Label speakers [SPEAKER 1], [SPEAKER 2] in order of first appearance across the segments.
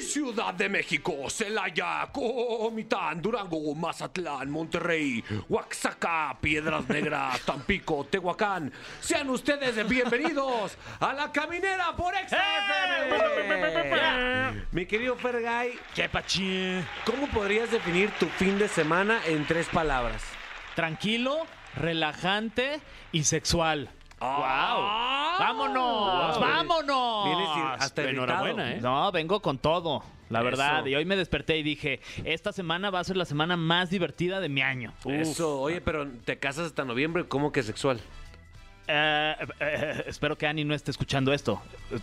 [SPEAKER 1] Ciudad de México, Celaya, Comitán, Durango, Mazatlán, Monterrey, Oaxaca, Piedras Negras, Tampico, Tehuacán. Sean ustedes bienvenidos a la caminera por XFM. Mi querido Fergay,
[SPEAKER 2] ¡Qué pachín!
[SPEAKER 1] ¿cómo podrías definir tu fin de semana en tres palabras?
[SPEAKER 2] Tranquilo, relajante y sexual. ¡Wow! ¡Vámonos!
[SPEAKER 1] Wow.
[SPEAKER 2] ¡Vámonos!
[SPEAKER 1] Vienes ir- hasta
[SPEAKER 2] Enhorabuena,
[SPEAKER 1] irritado.
[SPEAKER 2] ¿eh? No, vengo con todo, la
[SPEAKER 1] Eso.
[SPEAKER 2] verdad. Y hoy me desperté y dije, esta semana va a ser la semana más divertida de mi año.
[SPEAKER 1] Eso, oye, pero te casas hasta noviembre, ¿cómo que sexual?
[SPEAKER 2] Eh, eh, espero que Ani no esté escuchando esto. Eh,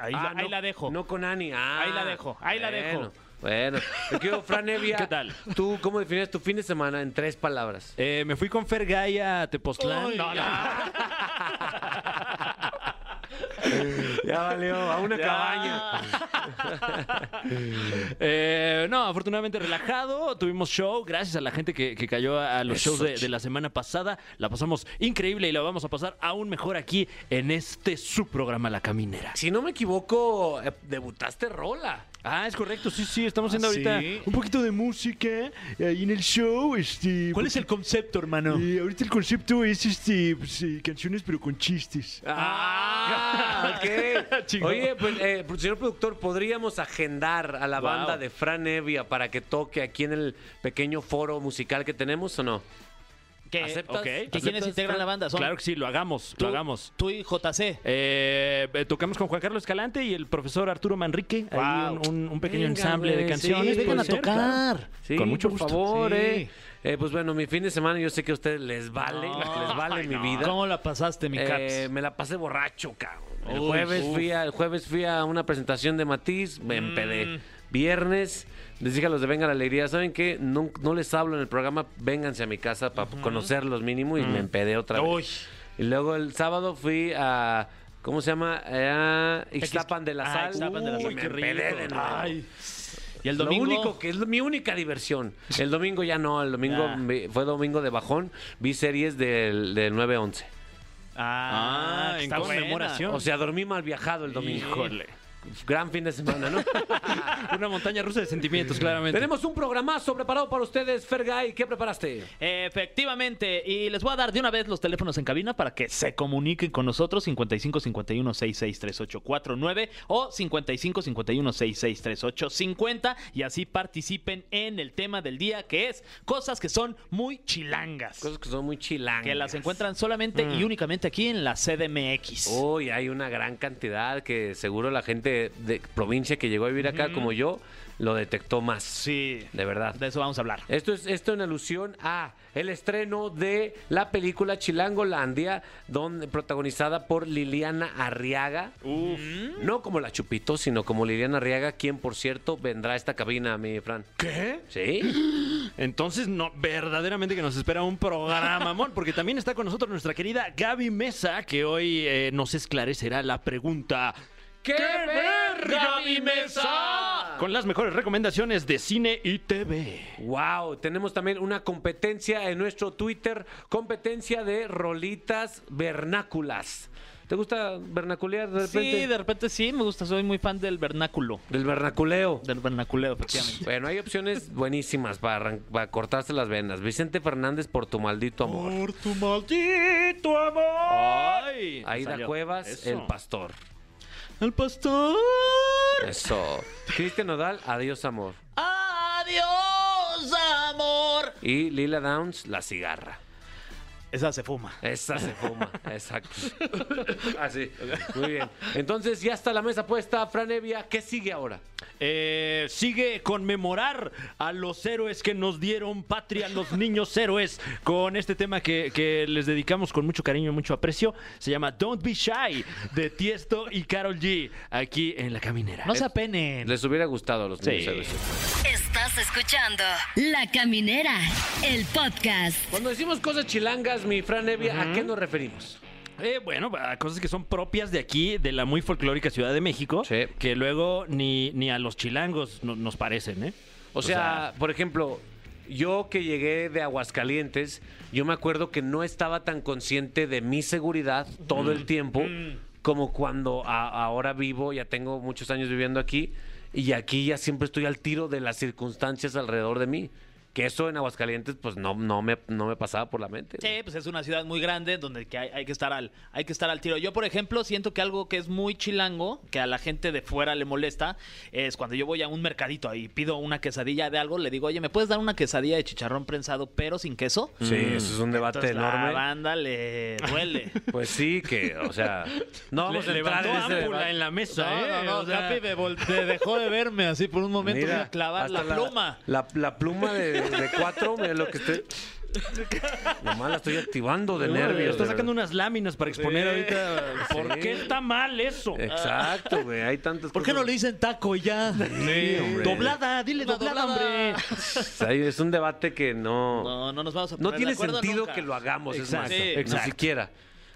[SPEAKER 2] Ahí, la,
[SPEAKER 1] Ah,
[SPEAKER 2] ahí
[SPEAKER 1] no-
[SPEAKER 2] la dejo.
[SPEAKER 1] No con Ani. Ah,
[SPEAKER 2] Ahí la dejo, ahí la
[SPEAKER 1] bueno,
[SPEAKER 2] dejo.
[SPEAKER 1] Bueno, te quiero, Fran Evia.
[SPEAKER 2] ¿Qué tal?
[SPEAKER 1] ¿Tú cómo defines tu fin de semana en tres palabras?
[SPEAKER 3] Eh, me fui con Fergay a Tepoztlán.
[SPEAKER 2] Uy,
[SPEAKER 3] No, no.
[SPEAKER 1] Ya valió, a una
[SPEAKER 2] Ya.
[SPEAKER 3] Eh, no, afortunadamente relajado. Tuvimos show. Gracias a la gente que, que cayó a, a los shows de, de la semana pasada. La pasamos increíble y la vamos a pasar aún mejor aquí en este su programa La Caminera.
[SPEAKER 1] Si no me equivoco, eh, debutaste rola.
[SPEAKER 3] Ah, es correcto. Sí, sí, estamos haciendo
[SPEAKER 2] Ah,
[SPEAKER 3] ahorita
[SPEAKER 2] sí.
[SPEAKER 3] un poquito de música eh, ahí en el show. Este,
[SPEAKER 2] ¿Cuál es el concepto, hermano?
[SPEAKER 3] Eh, ahorita el concepto es este, pues, eh, canciones pero con chistes.
[SPEAKER 1] Ah, ok.
[SPEAKER 2] Chingón.
[SPEAKER 1] Oye, pues, eh, señor productor, podríamos agendar a la
[SPEAKER 3] Wow.
[SPEAKER 1] banda de Fran Evia para que toque aquí en el pequeño foro musical que tenemos o no?
[SPEAKER 2] ¿Qué?
[SPEAKER 1] ¿Aceptas?
[SPEAKER 2] Eh, Ok. ¿Que
[SPEAKER 1] ¿Aceptas,
[SPEAKER 2] ¿Quiénes integran
[SPEAKER 1] Fran?
[SPEAKER 2] la banda? Son
[SPEAKER 3] Claro que sí, lo hagamos,
[SPEAKER 2] tú,
[SPEAKER 3] lo hagamos.
[SPEAKER 2] Tú y JC.
[SPEAKER 3] Eh, eh, tocamos con Juan Carlos Escalante y el profesor Arturo Manrique. ahí
[SPEAKER 2] Wow.
[SPEAKER 3] un, un- un pequeño
[SPEAKER 1] Venga,
[SPEAKER 3] ensamble de
[SPEAKER 1] güey,
[SPEAKER 3] canciones.
[SPEAKER 1] pues, sí, vengan
[SPEAKER 3] puede
[SPEAKER 1] a
[SPEAKER 3] ser,
[SPEAKER 2] tocar.
[SPEAKER 3] claro.
[SPEAKER 1] Sí,
[SPEAKER 3] con mucho
[SPEAKER 1] por
[SPEAKER 3] gusto.
[SPEAKER 1] favor,
[SPEAKER 2] Sí.
[SPEAKER 1] eh. Eh, Pues bueno, mi fin de semana yo sé que a ustedes les vale, les vale mi vida.
[SPEAKER 2] ¿Cómo la pasaste, mi
[SPEAKER 1] Eh,
[SPEAKER 2] Caps?
[SPEAKER 1] me la pasé borracho, cabrón. El
[SPEAKER 2] Uy,
[SPEAKER 1] jueves,
[SPEAKER 2] uf. Mm.
[SPEAKER 1] fui a, el jueves fui a una presentación de Matiz, me empedé. Viernes, les dije a los de Venga la Alegría, ¿saben qué? No, no les hablo en el programa, vénganse a mi casa para conocerlos mínimo y me empedé otra vez.
[SPEAKER 2] Mm. Uy.
[SPEAKER 1] Y luego el sábado fui a, ¿cómo se llama? Eh, A Ixtapan de la
[SPEAKER 2] Ah,
[SPEAKER 1] Sal.
[SPEAKER 2] Ixtapan de la
[SPEAKER 1] Uy,
[SPEAKER 2] Sal,
[SPEAKER 1] me
[SPEAKER 2] qué
[SPEAKER 1] empedé
[SPEAKER 2] rico.
[SPEAKER 1] de nuevo.
[SPEAKER 2] Ay. Y el
[SPEAKER 1] Lo
[SPEAKER 2] domingo.
[SPEAKER 1] único que es lo- mi única diversión. El domingo ya no, el domingo
[SPEAKER 2] Ya.
[SPEAKER 1] vi- fue domingo de bajón. Vi series del, del 9-11.
[SPEAKER 2] Ah,
[SPEAKER 3] Ah,
[SPEAKER 2] que
[SPEAKER 3] en
[SPEAKER 2] está buena.
[SPEAKER 3] conmemoración.
[SPEAKER 1] O sea, dormí mal viajado el domingo.
[SPEAKER 3] Híjole.
[SPEAKER 1] Gran fin de semana, ¿no?
[SPEAKER 3] Una montaña rusa de sentimientos, claramente.
[SPEAKER 1] Tenemos un programazo preparado para ustedes, Fergay. ¿Qué preparaste?
[SPEAKER 2] Efectivamente, y les voy a dar de una vez los teléfonos en cabina para que se comuniquen con nosotros 55 51 66 38 49 o 55 51 66 38 50 y así participen en el tema del día que es cosas que son muy chilangas,
[SPEAKER 1] Cosas que son muy chilangas. Mm.
[SPEAKER 2] que las encuentran solamente y únicamente aquí en la CDMX.
[SPEAKER 1] Hoy hay una gran cantidad que seguro la gente de provincia que llegó a vivir acá, como yo, lo detectó más.
[SPEAKER 2] Sí,
[SPEAKER 1] De verdad.
[SPEAKER 2] de eso vamos a hablar.
[SPEAKER 1] Esto es esto en alusión a el estreno de la película Chilangolandia, donde, protagonizada por Liliana Arriaga. No como la Chupito, sino como Liliana Arriaga, quien por cierto vendrá a esta cabina, mi Fran.
[SPEAKER 3] ¿Qué?
[SPEAKER 1] ¿Sí?
[SPEAKER 3] Entonces, no, verdaderamente que nos espera un programa, amor, porque también está con nosotros nuestra querida Gaby Mesa, que hoy eh, nos esclarecerá la pregunta.
[SPEAKER 1] ¡Qué ver, Gaby Mesa?
[SPEAKER 3] Con las mejores recomendaciones de cine y TV.
[SPEAKER 1] Wow, tenemos también una competencia en nuestro Twitter, competencia de rolitas vernáculas. ¿Te gusta vernaculear de repente?
[SPEAKER 2] Sí, de repente sí, me gusta, soy muy fan del vernáculo.
[SPEAKER 1] Del vernaculeo.
[SPEAKER 2] Del vernaculeo, efectivamente.
[SPEAKER 1] Bueno, hay opciones buenísimas para, arran- para cortarse las venas. Vicente Fernández por tu maldito amor.
[SPEAKER 3] tu maldito amor. Ay,
[SPEAKER 1] Aida
[SPEAKER 3] salió.
[SPEAKER 1] Cuevas,
[SPEAKER 3] Eso.
[SPEAKER 1] el pastor.
[SPEAKER 2] El pastor.
[SPEAKER 1] Eso. Cristian Nodal, adiós amor.
[SPEAKER 2] Adiós, amor.
[SPEAKER 1] Y Lila Downs, la cigarra.
[SPEAKER 2] Esa se fuma.
[SPEAKER 1] Esa se fuma, exacto. Así. Muy bien. Entonces ya está la mesa puesta, Franevia. ¿Qué sigue ahora?
[SPEAKER 3] Eh, sigue conmemorar a los héroes que nos dieron patria, los niños héroes, con este tema que, que les dedicamos con mucho cariño y mucho aprecio. Se llama Don't Be Shy de Tiesto y Carol G. Aquí en La Caminera.
[SPEAKER 2] No se apenen.
[SPEAKER 1] Les hubiera gustado a los niños
[SPEAKER 3] Sí.
[SPEAKER 1] héroes.
[SPEAKER 4] Estás escuchando La Caminera, el podcast.
[SPEAKER 1] Cuando decimos cosas chilangas, mi Franevia, ¿a qué nos referimos?
[SPEAKER 3] Eh, bueno, a cosas que son propias de aquí, de la muy folclórica Ciudad de México,
[SPEAKER 1] Sí.
[SPEAKER 3] que luego ni, ni a los chilangos no- nos parecen, ¿eh?
[SPEAKER 1] O sea, por ejemplo, yo que llegué de Aguascalientes, yo me acuerdo que no estaba tan consciente de mi seguridad todo el tiempo como cuando a- ahora vivo, ya tengo muchos años viviendo aquí y aquí ya siempre estoy al tiro de las circunstancias alrededor de mí. Que eso en Aguascalientes pues no, no, me, no me pasaba por la mente.
[SPEAKER 2] Sí, pues es una ciudad muy grande donde que hay, hay que estar al, hay que estar al tiro. Yo, por ejemplo, siento que algo que es muy chilango, que a la gente de fuera le molesta, es cuando yo voy a un mercadito y pido una quesadilla de algo, le digo, oye, ¿me puedes dar una quesadilla de chicharrón prensado pero sin queso?
[SPEAKER 1] Sí, eso es un debate
[SPEAKER 2] Entonces,
[SPEAKER 1] enorme.
[SPEAKER 2] La banda le duele.
[SPEAKER 1] Pues sí, que, o sea, no vamos
[SPEAKER 3] Le-
[SPEAKER 1] a entrar en
[SPEAKER 3] levantó
[SPEAKER 1] ese
[SPEAKER 3] ámpula
[SPEAKER 1] debate.
[SPEAKER 3] en la mesa, ¿eh? O sea,
[SPEAKER 2] me, dejó de verme así por un momento
[SPEAKER 1] Mira,
[SPEAKER 2] voy a clavar
[SPEAKER 1] hasta
[SPEAKER 2] la, pluma.
[SPEAKER 1] La, la pluma de, de cuatro, mira lo que estoy. Nomás la estoy activando de
[SPEAKER 3] no,
[SPEAKER 1] nervios.
[SPEAKER 3] Está
[SPEAKER 1] de
[SPEAKER 3] sacando unas láminas para exponer ahorita.
[SPEAKER 1] Sí. Eh,
[SPEAKER 3] ¿Por qué está mal eso?
[SPEAKER 1] verdad. Exacto, güey. Hay tantas
[SPEAKER 2] ¿Por qué no le dicen taco y ya?
[SPEAKER 1] Sí, hombre.
[SPEAKER 3] Doblada, dile
[SPEAKER 2] Una
[SPEAKER 3] doblada,
[SPEAKER 2] doblada.
[SPEAKER 3] hombre.
[SPEAKER 1] O sea, Es un debate que no. No,
[SPEAKER 2] No, no nos vamos a poner de
[SPEAKER 1] tiene
[SPEAKER 2] acuerdo
[SPEAKER 1] sentido
[SPEAKER 2] nunca.
[SPEAKER 1] que lo hagamos, es más,
[SPEAKER 2] Exacto,
[SPEAKER 1] ni
[SPEAKER 3] exacto.
[SPEAKER 1] siquiera.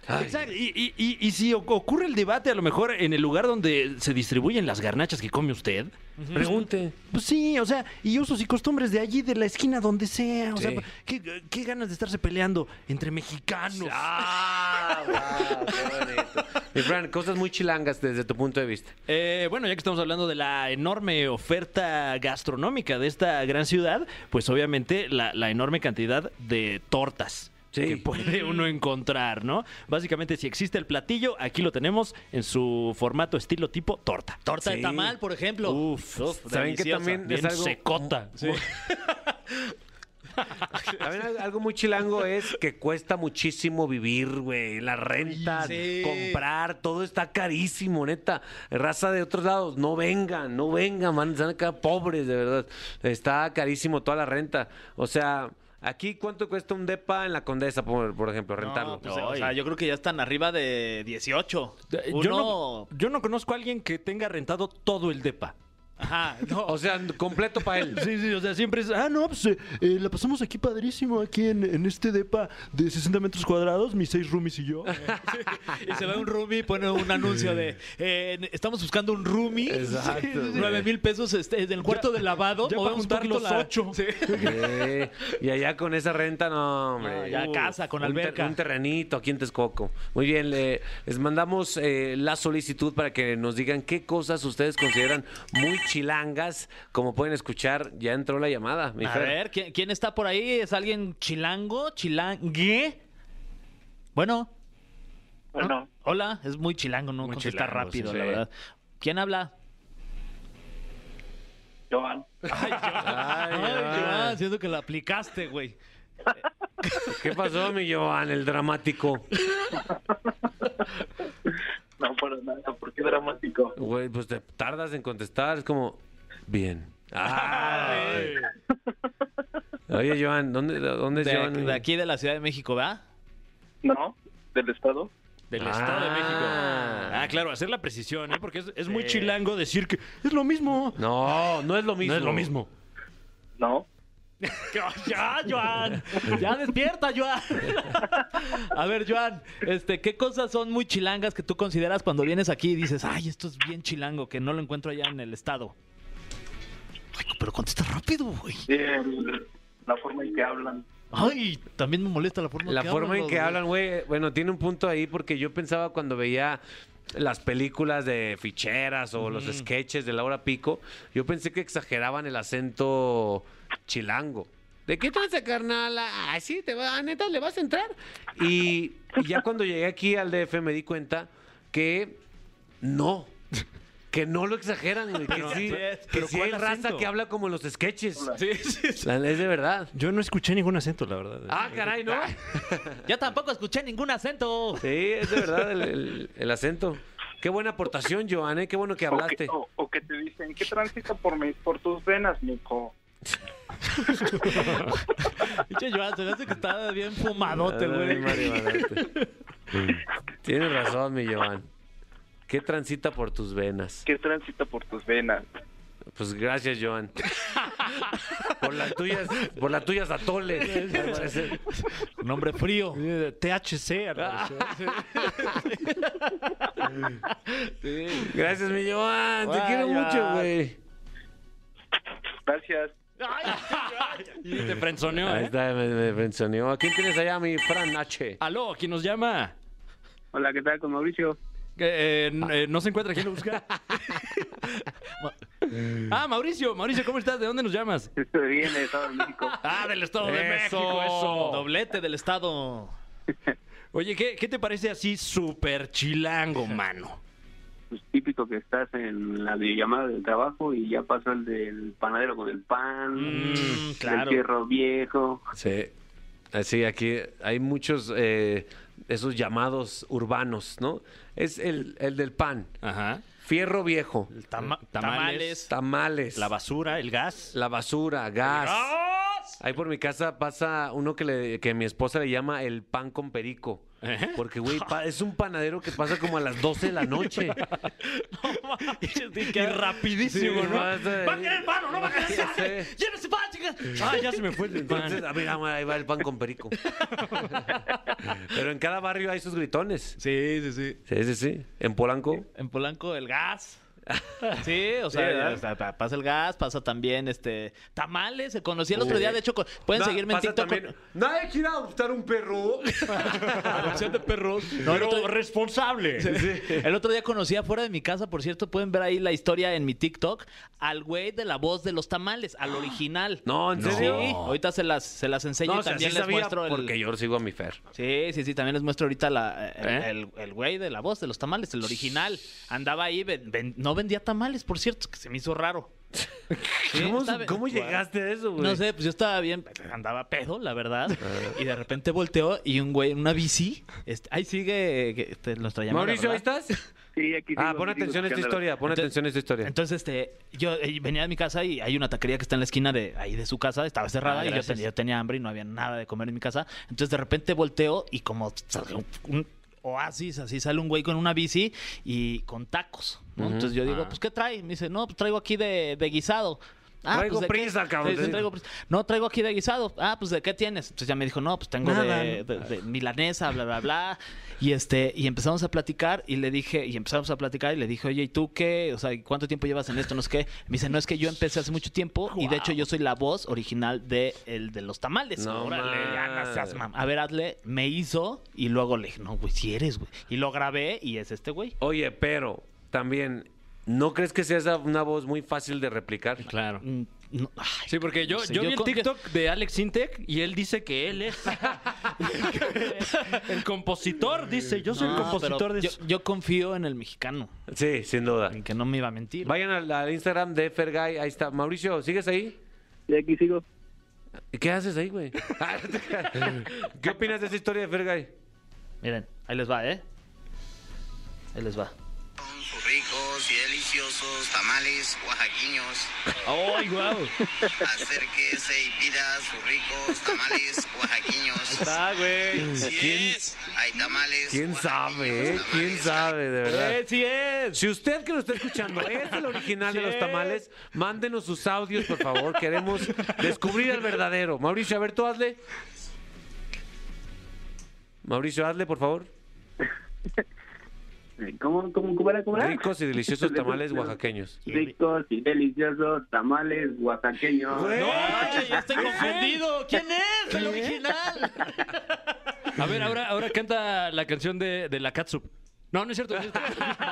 [SPEAKER 1] Ay,
[SPEAKER 3] Exacto. Y, y- y- y si o- ocurre el debate, a lo mejor en el lugar donde se distribuyen las garnachas que come usted,
[SPEAKER 1] Pregunte.
[SPEAKER 3] pues sí, o sea, y usos y costumbres de allí, de la esquina, donde sea. O
[SPEAKER 1] Sí.
[SPEAKER 3] sea, ¿qué, qué ganas de estarse peleando entre mexicanos.
[SPEAKER 1] Ah, wow, qué bonito. Mi Fran, cosas muy chilangas desde tu punto de vista.
[SPEAKER 3] Eh, bueno, ya que estamos hablando de la enorme oferta gastronómica de esta gran ciudad, pues obviamente la, la enorme cantidad de tortas.
[SPEAKER 1] Sí.
[SPEAKER 3] Que puede uno encontrar, ¿no? Básicamente, si existe el platillo, aquí lo tenemos en su formato, estilo tipo torta.
[SPEAKER 2] Torta
[SPEAKER 1] Sí.
[SPEAKER 2] de tamal, por ejemplo.
[SPEAKER 3] Uf,
[SPEAKER 1] ¿saben qué
[SPEAKER 2] deliciosa.
[SPEAKER 1] también?
[SPEAKER 3] Bien
[SPEAKER 1] Es algo-
[SPEAKER 3] secota.
[SPEAKER 1] También al- algo muy chilango es que cuesta muchísimo vivir, güey. La renta,
[SPEAKER 2] Sí.
[SPEAKER 1] comprar, todo está carísimo, neta. Raza de otros lados, no vengan, no vengan, man, se van a quedar pobres, de verdad. Está carísimo toda la renta. O sea, aquí, ¿cuánto cuesta un depa en la Condesa, por, por ejemplo, rentarlo?
[SPEAKER 2] No, pues, o sea, yo creo que ya están arriba de 18.
[SPEAKER 1] Eh,
[SPEAKER 2] Uno...
[SPEAKER 3] Yo, no, yo no conozco a alguien que tenga rentado todo el depa.
[SPEAKER 2] Ajá, no.
[SPEAKER 1] O sea, completo para él.
[SPEAKER 3] Sí, sí, o sea, siempre es, ah, no, pues eh, eh, la pasamos aquí padrísimo, aquí en, en este depa de 60 metros cuadrados, mis seis roomies y yo.
[SPEAKER 2] y se ve un roomie y pone un anuncio de eh, estamos buscando un roomie.
[SPEAKER 1] Exacto, güey.
[SPEAKER 2] 9 mil pesos este, en el cuarto de lavado.
[SPEAKER 3] ya
[SPEAKER 2] o
[SPEAKER 3] para
[SPEAKER 2] vemos
[SPEAKER 3] juntar
[SPEAKER 2] poquito
[SPEAKER 3] los
[SPEAKER 2] la-
[SPEAKER 3] ocho.
[SPEAKER 2] Sí.
[SPEAKER 1] Sí. Y allá con esa renta, no, hombre.
[SPEAKER 2] No, ya casa, con
[SPEAKER 1] Un ter-
[SPEAKER 2] alberca.
[SPEAKER 1] Un, terrenito aquí en Texcoco. Muy bien, le- les mandamos eh, la solicitud para que nos digan qué cosas ustedes consideran muy chilangas. Como pueden escuchar, ya entró la llamada. mi
[SPEAKER 2] A
[SPEAKER 1] Fer.
[SPEAKER 2] ver, ¿quién, quién está por ahí? ¿Es alguien chilango? ¿Chilangue? Bueno.
[SPEAKER 5] Bueno,
[SPEAKER 2] Hola, es muy chilango, no
[SPEAKER 3] Muy
[SPEAKER 2] contesta
[SPEAKER 3] chilango,
[SPEAKER 2] rápido,
[SPEAKER 1] sí,
[SPEAKER 2] la
[SPEAKER 1] sí.
[SPEAKER 2] verdad. ¿Quién habla?
[SPEAKER 5] Joan,
[SPEAKER 1] Ay, Joan.
[SPEAKER 2] Joan, siento que la aplicaste, güey.
[SPEAKER 1] ¿Qué pasó, mi Joan, el dramático?
[SPEAKER 5] no para nada, porque dramático.
[SPEAKER 1] Güey, pues te tardas en contestar. Es como, bien. Ay.
[SPEAKER 3] Eh,
[SPEAKER 1] Oye, Joan, ¿dónde, dónde es
[SPEAKER 2] De,
[SPEAKER 1] Joan?
[SPEAKER 2] de aquí de la Ciudad de México, ¿verdad?
[SPEAKER 5] ¿No? ¿Del Estado?
[SPEAKER 3] Del
[SPEAKER 1] Ah.
[SPEAKER 3] Estado de México. Ah, claro, hacer la precisión, ¿eh? Porque es, es muy chilango decir que es lo mismo.
[SPEAKER 1] No, no es lo mismo.
[SPEAKER 3] No es lo mismo.
[SPEAKER 5] No.
[SPEAKER 1] Ah,
[SPEAKER 2] Ya, Joan. Ya despierta, Joan. A ver, Joan, este, ¿qué cosas son muy chilangas que tú consideras cuando vienes aquí y dices, ay, esto es bien chilango, que no lo encuentro allá en el estado? Ay, pero contesta rápido, güey.
[SPEAKER 5] El- la forma en que hablan.
[SPEAKER 2] Ay, también me molesta la forma
[SPEAKER 1] La
[SPEAKER 2] que
[SPEAKER 1] forma en
[SPEAKER 2] los-
[SPEAKER 1] que hablan, güey, bueno, tiene un punto ahí porque yo pensaba cuando veía las películas de ficheras o los sketches de Laura Pico, yo pensé que exageraban el acento chilango. ¿De qué tranza, carnal? Ah, sí, te va, neta, le vas a entrar. Y, y ya cuando llegué aquí al DF me di cuenta que no. Que no lo exageran, güey. Que sí,
[SPEAKER 3] pero
[SPEAKER 1] que sí hay
[SPEAKER 3] ¿cuál
[SPEAKER 1] raza
[SPEAKER 3] acento?
[SPEAKER 1] que habla como en los sketches.
[SPEAKER 2] Sí, sí, sí.
[SPEAKER 1] La- Es de verdad.
[SPEAKER 3] Yo no escuché ningún acento, la verdad.
[SPEAKER 1] Ah, caray, ¿no?
[SPEAKER 2] Ya tampoco escuché ningún acento.
[SPEAKER 1] Sí, es de verdad el, el- el acento. Qué buena aportación, Joan, ¿eh? qué bueno que hablaste.
[SPEAKER 5] O, que, o- o que te dicen, ¿qué transita por, mis, por tus venas, mijo?
[SPEAKER 2] Pinche Joan, se me hace que está bien fumadote,
[SPEAKER 1] Ay,
[SPEAKER 2] güey.
[SPEAKER 1] Mario Badante. Tienes razón, mi Joan. ¿Qué transita por tus venas?
[SPEAKER 5] ¿Qué transita por tus venas?
[SPEAKER 1] Pues gracias, Joan. Por las tuyas, por las tuyas atoles. al parecer.
[SPEAKER 2] Nombre frío. Ah,
[SPEAKER 3] THC,
[SPEAKER 1] Gracias, mi Joan. Te
[SPEAKER 3] Guay,
[SPEAKER 1] quiero
[SPEAKER 3] Joan.
[SPEAKER 1] mucho, güey.
[SPEAKER 5] Gracias.
[SPEAKER 3] Y te frenzoneó,
[SPEAKER 1] Ahí
[SPEAKER 3] ¿eh?
[SPEAKER 1] está, me, me frenzoneó. ¿A quién tienes allá, mi Fran H?
[SPEAKER 3] Aló, ¿quién nos llama?
[SPEAKER 5] Hola, ¿qué tal con Mauricio?
[SPEAKER 3] Eh, n- eh, no se encuentra, ¿quién lo busca? ah, Mauricio, Mauricio, ¿cómo estás? ¿De dónde nos llamas?
[SPEAKER 5] Estoy bien de Estado de México.
[SPEAKER 2] Ah, del Estado de
[SPEAKER 3] Eso.
[SPEAKER 2] México, eso. oh, Doblete del Estado.
[SPEAKER 3] Oye, ¿qué, qué te parece así súper chilango, mano?
[SPEAKER 5] Pues típico que estás en la videollamada del trabajo y ya pasó el del panadero con el pan,
[SPEAKER 2] Mm, claro.
[SPEAKER 5] el fierro viejo.
[SPEAKER 1] Sí. Así, aquí hay muchos eh, esos llamados urbanos, ¿no? Es el, el del pan,
[SPEAKER 3] Ajá.
[SPEAKER 1] fierro viejo,
[SPEAKER 2] El tama- tamales.
[SPEAKER 3] Tamales.
[SPEAKER 1] tamales,
[SPEAKER 3] La basura, el gas.
[SPEAKER 1] la basura, gas.
[SPEAKER 3] ¡Ah!
[SPEAKER 1] Ahí por mi casa pasa uno que, le- que mi esposa le llama el pan con perico.
[SPEAKER 3] ¿Eh?
[SPEAKER 1] Porque, güey, pa- es un panadero que pasa como a las 12 de la noche.
[SPEAKER 3] Y rapidísimo,
[SPEAKER 1] Sí,
[SPEAKER 3] ¿no?
[SPEAKER 1] vas a-
[SPEAKER 3] ¿Va a querer pan o no va a querer
[SPEAKER 1] Ya sé.
[SPEAKER 3] ¡Llévese pan, chicas! Ah, ya se me fue el
[SPEAKER 1] Entonces,
[SPEAKER 3] pan.
[SPEAKER 1] a ver, ahí va el pan con perico. Pero en cada barrio hay sus gritones.
[SPEAKER 2] Sí, sí, sí.
[SPEAKER 1] Sí, sí, sí. En Polanco.
[SPEAKER 2] En Polanco, el gas. Sí, o
[SPEAKER 1] Sí,
[SPEAKER 2] sea,
[SPEAKER 1] ¿verdad?
[SPEAKER 2] o sea, pa- pasa el gas, pasa también este tamales. Se conocí el otro
[SPEAKER 1] Uy.
[SPEAKER 2] día, de hecho, con- pueden
[SPEAKER 1] Na-
[SPEAKER 2] seguirme en
[SPEAKER 1] pasa
[SPEAKER 2] TikTok.
[SPEAKER 1] también, Nadie quiere adoptar un perro.
[SPEAKER 3] Adopción de perros.
[SPEAKER 2] no
[SPEAKER 3] pero
[SPEAKER 2] estoy-
[SPEAKER 3] responsable.
[SPEAKER 2] El otro día conocí afuera de mi casa, por cierto, pueden ver ahí la historia en mi TikTok, al güey de la voz de los tamales, al original.
[SPEAKER 1] Ah. No, ¿en serio?
[SPEAKER 2] Sí, ahorita se las, se las enseño
[SPEAKER 1] No,
[SPEAKER 2] y
[SPEAKER 1] o sea,
[SPEAKER 2] también
[SPEAKER 1] sí
[SPEAKER 2] les
[SPEAKER 1] sabía
[SPEAKER 2] muestro el...
[SPEAKER 1] porque yo sigo a mi Fer.
[SPEAKER 2] Sí, sí, sí, también les muestro ahorita la, el,
[SPEAKER 1] ¿Eh?
[SPEAKER 2] el- el güey de la voz de los tamales, el original. Andaba ahí, ven- ven- no vendía tamales, por cierto, que se me hizo raro. Sí,
[SPEAKER 1] ¿Cómo,
[SPEAKER 2] estaba-
[SPEAKER 1] cómo llegaste a eso, güey?
[SPEAKER 2] No sé, pues yo estaba bien, andaba pedo, la verdad. Y de repente volteó y un güey en una bici. este, ahí sigue que, este, nuestra llamada.
[SPEAKER 1] Mauricio, ¿ahí
[SPEAKER 2] ¿verdad?
[SPEAKER 1] estás?
[SPEAKER 5] Sí, aquí
[SPEAKER 1] Ah,
[SPEAKER 5] sigo,
[SPEAKER 1] pon
[SPEAKER 5] aquí
[SPEAKER 1] atención a esta
[SPEAKER 5] sigo escuchándolos.
[SPEAKER 1] historia, pon
[SPEAKER 2] Entonces-
[SPEAKER 1] atences atención a esta historia.
[SPEAKER 2] Entonces, este, yo eh, venía de mi casa y hay una taquería que está en la esquina de ahí de su casa, estaba cerrada
[SPEAKER 1] Ah,
[SPEAKER 2] y yo
[SPEAKER 1] gracias.
[SPEAKER 2] tenía, yo tenía hambre y no había nada de comer en mi casa. Entonces, de repente volteo y como sale un, un oasis, así sale un güey con una bici y con tacos. ¿no? Entonces yo
[SPEAKER 1] Ah.
[SPEAKER 2] digo, pues, ¿qué trae? Me dice, no, pues traigo aquí de, de guisado. Ah, pues,
[SPEAKER 1] Traigo
[SPEAKER 2] ¿de qué?".
[SPEAKER 1] prisa, cabrón,
[SPEAKER 2] Sí,
[SPEAKER 1] te
[SPEAKER 2] sí,
[SPEAKER 1] digo.
[SPEAKER 2] traigo prisa. pues, No, traigo aquí de guisado. Ah, pues, ¿de qué tienes? Entonces ya me dijo, no, pues tengo
[SPEAKER 1] Nada, ¿no?
[SPEAKER 2] de, de- de milanesa, bla, bla, bla. Y este, y empezamos a platicar y le dije, y empezamos a platicar y le dije, oye, ¿y tú qué? O sea, ¿cuánto tiempo llevas en esto? No sé qué. Me dice, no, es que yo empecé hace mucho tiempo y de hecho yo soy la voz original de el de los tamales.
[SPEAKER 1] No mames.
[SPEAKER 2] ya no seas mam- A ver, hazle, me hizo y luego le dije, no, güey, si eres, güey. Y lo grabé y es este güey.
[SPEAKER 1] Oye, pero también, ¿no crees que sea esa una voz muy fácil de replicar?
[SPEAKER 3] Claro.
[SPEAKER 2] Mm, no, ay,
[SPEAKER 3] Sí, porque yo,
[SPEAKER 2] no sé,
[SPEAKER 3] yo vi el
[SPEAKER 2] con que-
[SPEAKER 3] TikTok de Alex Intec y él dice que él es el compositor, dice, yo soy el
[SPEAKER 2] No,
[SPEAKER 3] compositor
[SPEAKER 2] Ah, pero
[SPEAKER 3] de
[SPEAKER 2] yo,
[SPEAKER 3] eso.
[SPEAKER 2] yo confío en el mexicano,
[SPEAKER 1] Sí, sin duda.
[SPEAKER 2] en que no me iba a mentir.
[SPEAKER 1] Vayan al, al Instagram de Fergay, ahí está. Mauricio, ¿sigues ahí?
[SPEAKER 5] Y aquí sigo.
[SPEAKER 1] ¿Y ¿Qué haces ahí, güey? ¿Qué opinas de esa historia de Fergay?
[SPEAKER 2] Miren, ahí les va, ¿eh? Ahí les va.
[SPEAKER 6] Son sus ricos y deliciosos tamales oaxaqueños.
[SPEAKER 3] ¡Ay, guau!
[SPEAKER 6] Acérquese y pida sus ricos tamales oaxaqueños.
[SPEAKER 3] Está, güey.
[SPEAKER 6] Así
[SPEAKER 1] ¿Quién-
[SPEAKER 6] es, Hay tamales.
[SPEAKER 1] ¿Quién sabe, eh?
[SPEAKER 6] oaxaqueños,
[SPEAKER 1] ¿Quién
[SPEAKER 6] tamales
[SPEAKER 1] sabe, de verdad?
[SPEAKER 3] Eh, sí es.
[SPEAKER 1] Si usted que nos está escuchando es el original de los
[SPEAKER 3] Sí.
[SPEAKER 1] tamales, mándenos sus audios, por favor. Queremos descubrir al verdadero. Mauricio, a ver, tú hazle. Mauricio, hazle, por favor.
[SPEAKER 5] Eh, ¿Cómo, cómo, cómo era? ¿Cómo era?
[SPEAKER 1] Ricos y deliciosos tamales oaxaqueños.
[SPEAKER 5] Ricos y deliciosos tamales oaxaqueños.
[SPEAKER 1] ¡No!
[SPEAKER 2] ¡Ay, ya estoy confundido! ¿Quién es el original?
[SPEAKER 3] A ver, ahora, ahora canta la canción de, de la Katsup. No, no es cierto. no es cierto.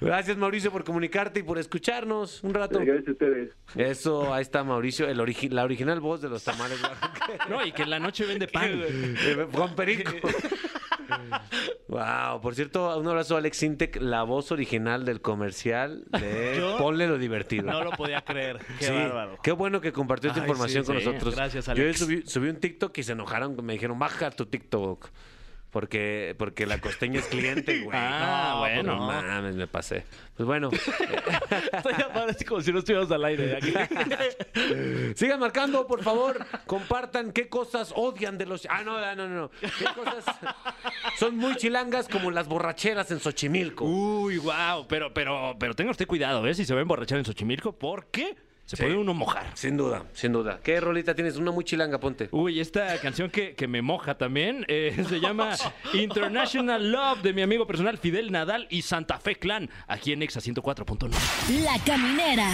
[SPEAKER 1] Gracias, Mauricio, por comunicarte y por escucharnos un rato.
[SPEAKER 5] Gracias a ustedes.
[SPEAKER 1] Eso, ahí está Mauricio, el origi- la original voz de los tamales oaxaqueños.
[SPEAKER 3] No, y que en la noche vende pan.
[SPEAKER 1] Eh, Juan Perico. wow, por cierto, un abrazo a Alex Intec, la voz original del comercial de
[SPEAKER 2] ¿Yo?
[SPEAKER 1] Ponle lo divertido.
[SPEAKER 2] No lo podía creer. Qué
[SPEAKER 1] Sí,
[SPEAKER 2] bárbaro.
[SPEAKER 1] Qué bueno que compartió esta
[SPEAKER 3] Ay,
[SPEAKER 1] información
[SPEAKER 3] sí,
[SPEAKER 1] con
[SPEAKER 3] sí.
[SPEAKER 1] nosotros.
[SPEAKER 2] Gracias,
[SPEAKER 1] Yo
[SPEAKER 2] Alex.
[SPEAKER 1] subí, subí un TikTok y se enojaron, me dijeron, baja tu TikTok. Porque, porque la costeña es cliente, güey.
[SPEAKER 3] Ah,
[SPEAKER 1] No, pues,
[SPEAKER 3] bueno.
[SPEAKER 1] No mames, me pasé. Pues bueno,
[SPEAKER 2] Estoy parece como si no estuviéramos al aire. aquí.
[SPEAKER 1] Sigan marcando, por favor. Compartan qué cosas odian de los. Ah, no, no, no, no. ¿Qué cosas son muy chilangas como las borracheras en Xochimilco?
[SPEAKER 3] Uy, guau. Pero, pero, pero tenga usted cuidado, ¿eh? Si se va a emborrachar en Xochimilco, ¿por qué? Se
[SPEAKER 1] Sí.
[SPEAKER 3] puede uno mojar.
[SPEAKER 1] Sin duda, sin duda. ¿Qué rolita tienes? Una muy chilanga, ponte.
[SPEAKER 3] Uy, esta canción que, que me moja también eh, se llama International Love de mi amigo personal Fidel Nadal y Santa Fe Clan, aquí en Exa 104.9.
[SPEAKER 4] La Caminera,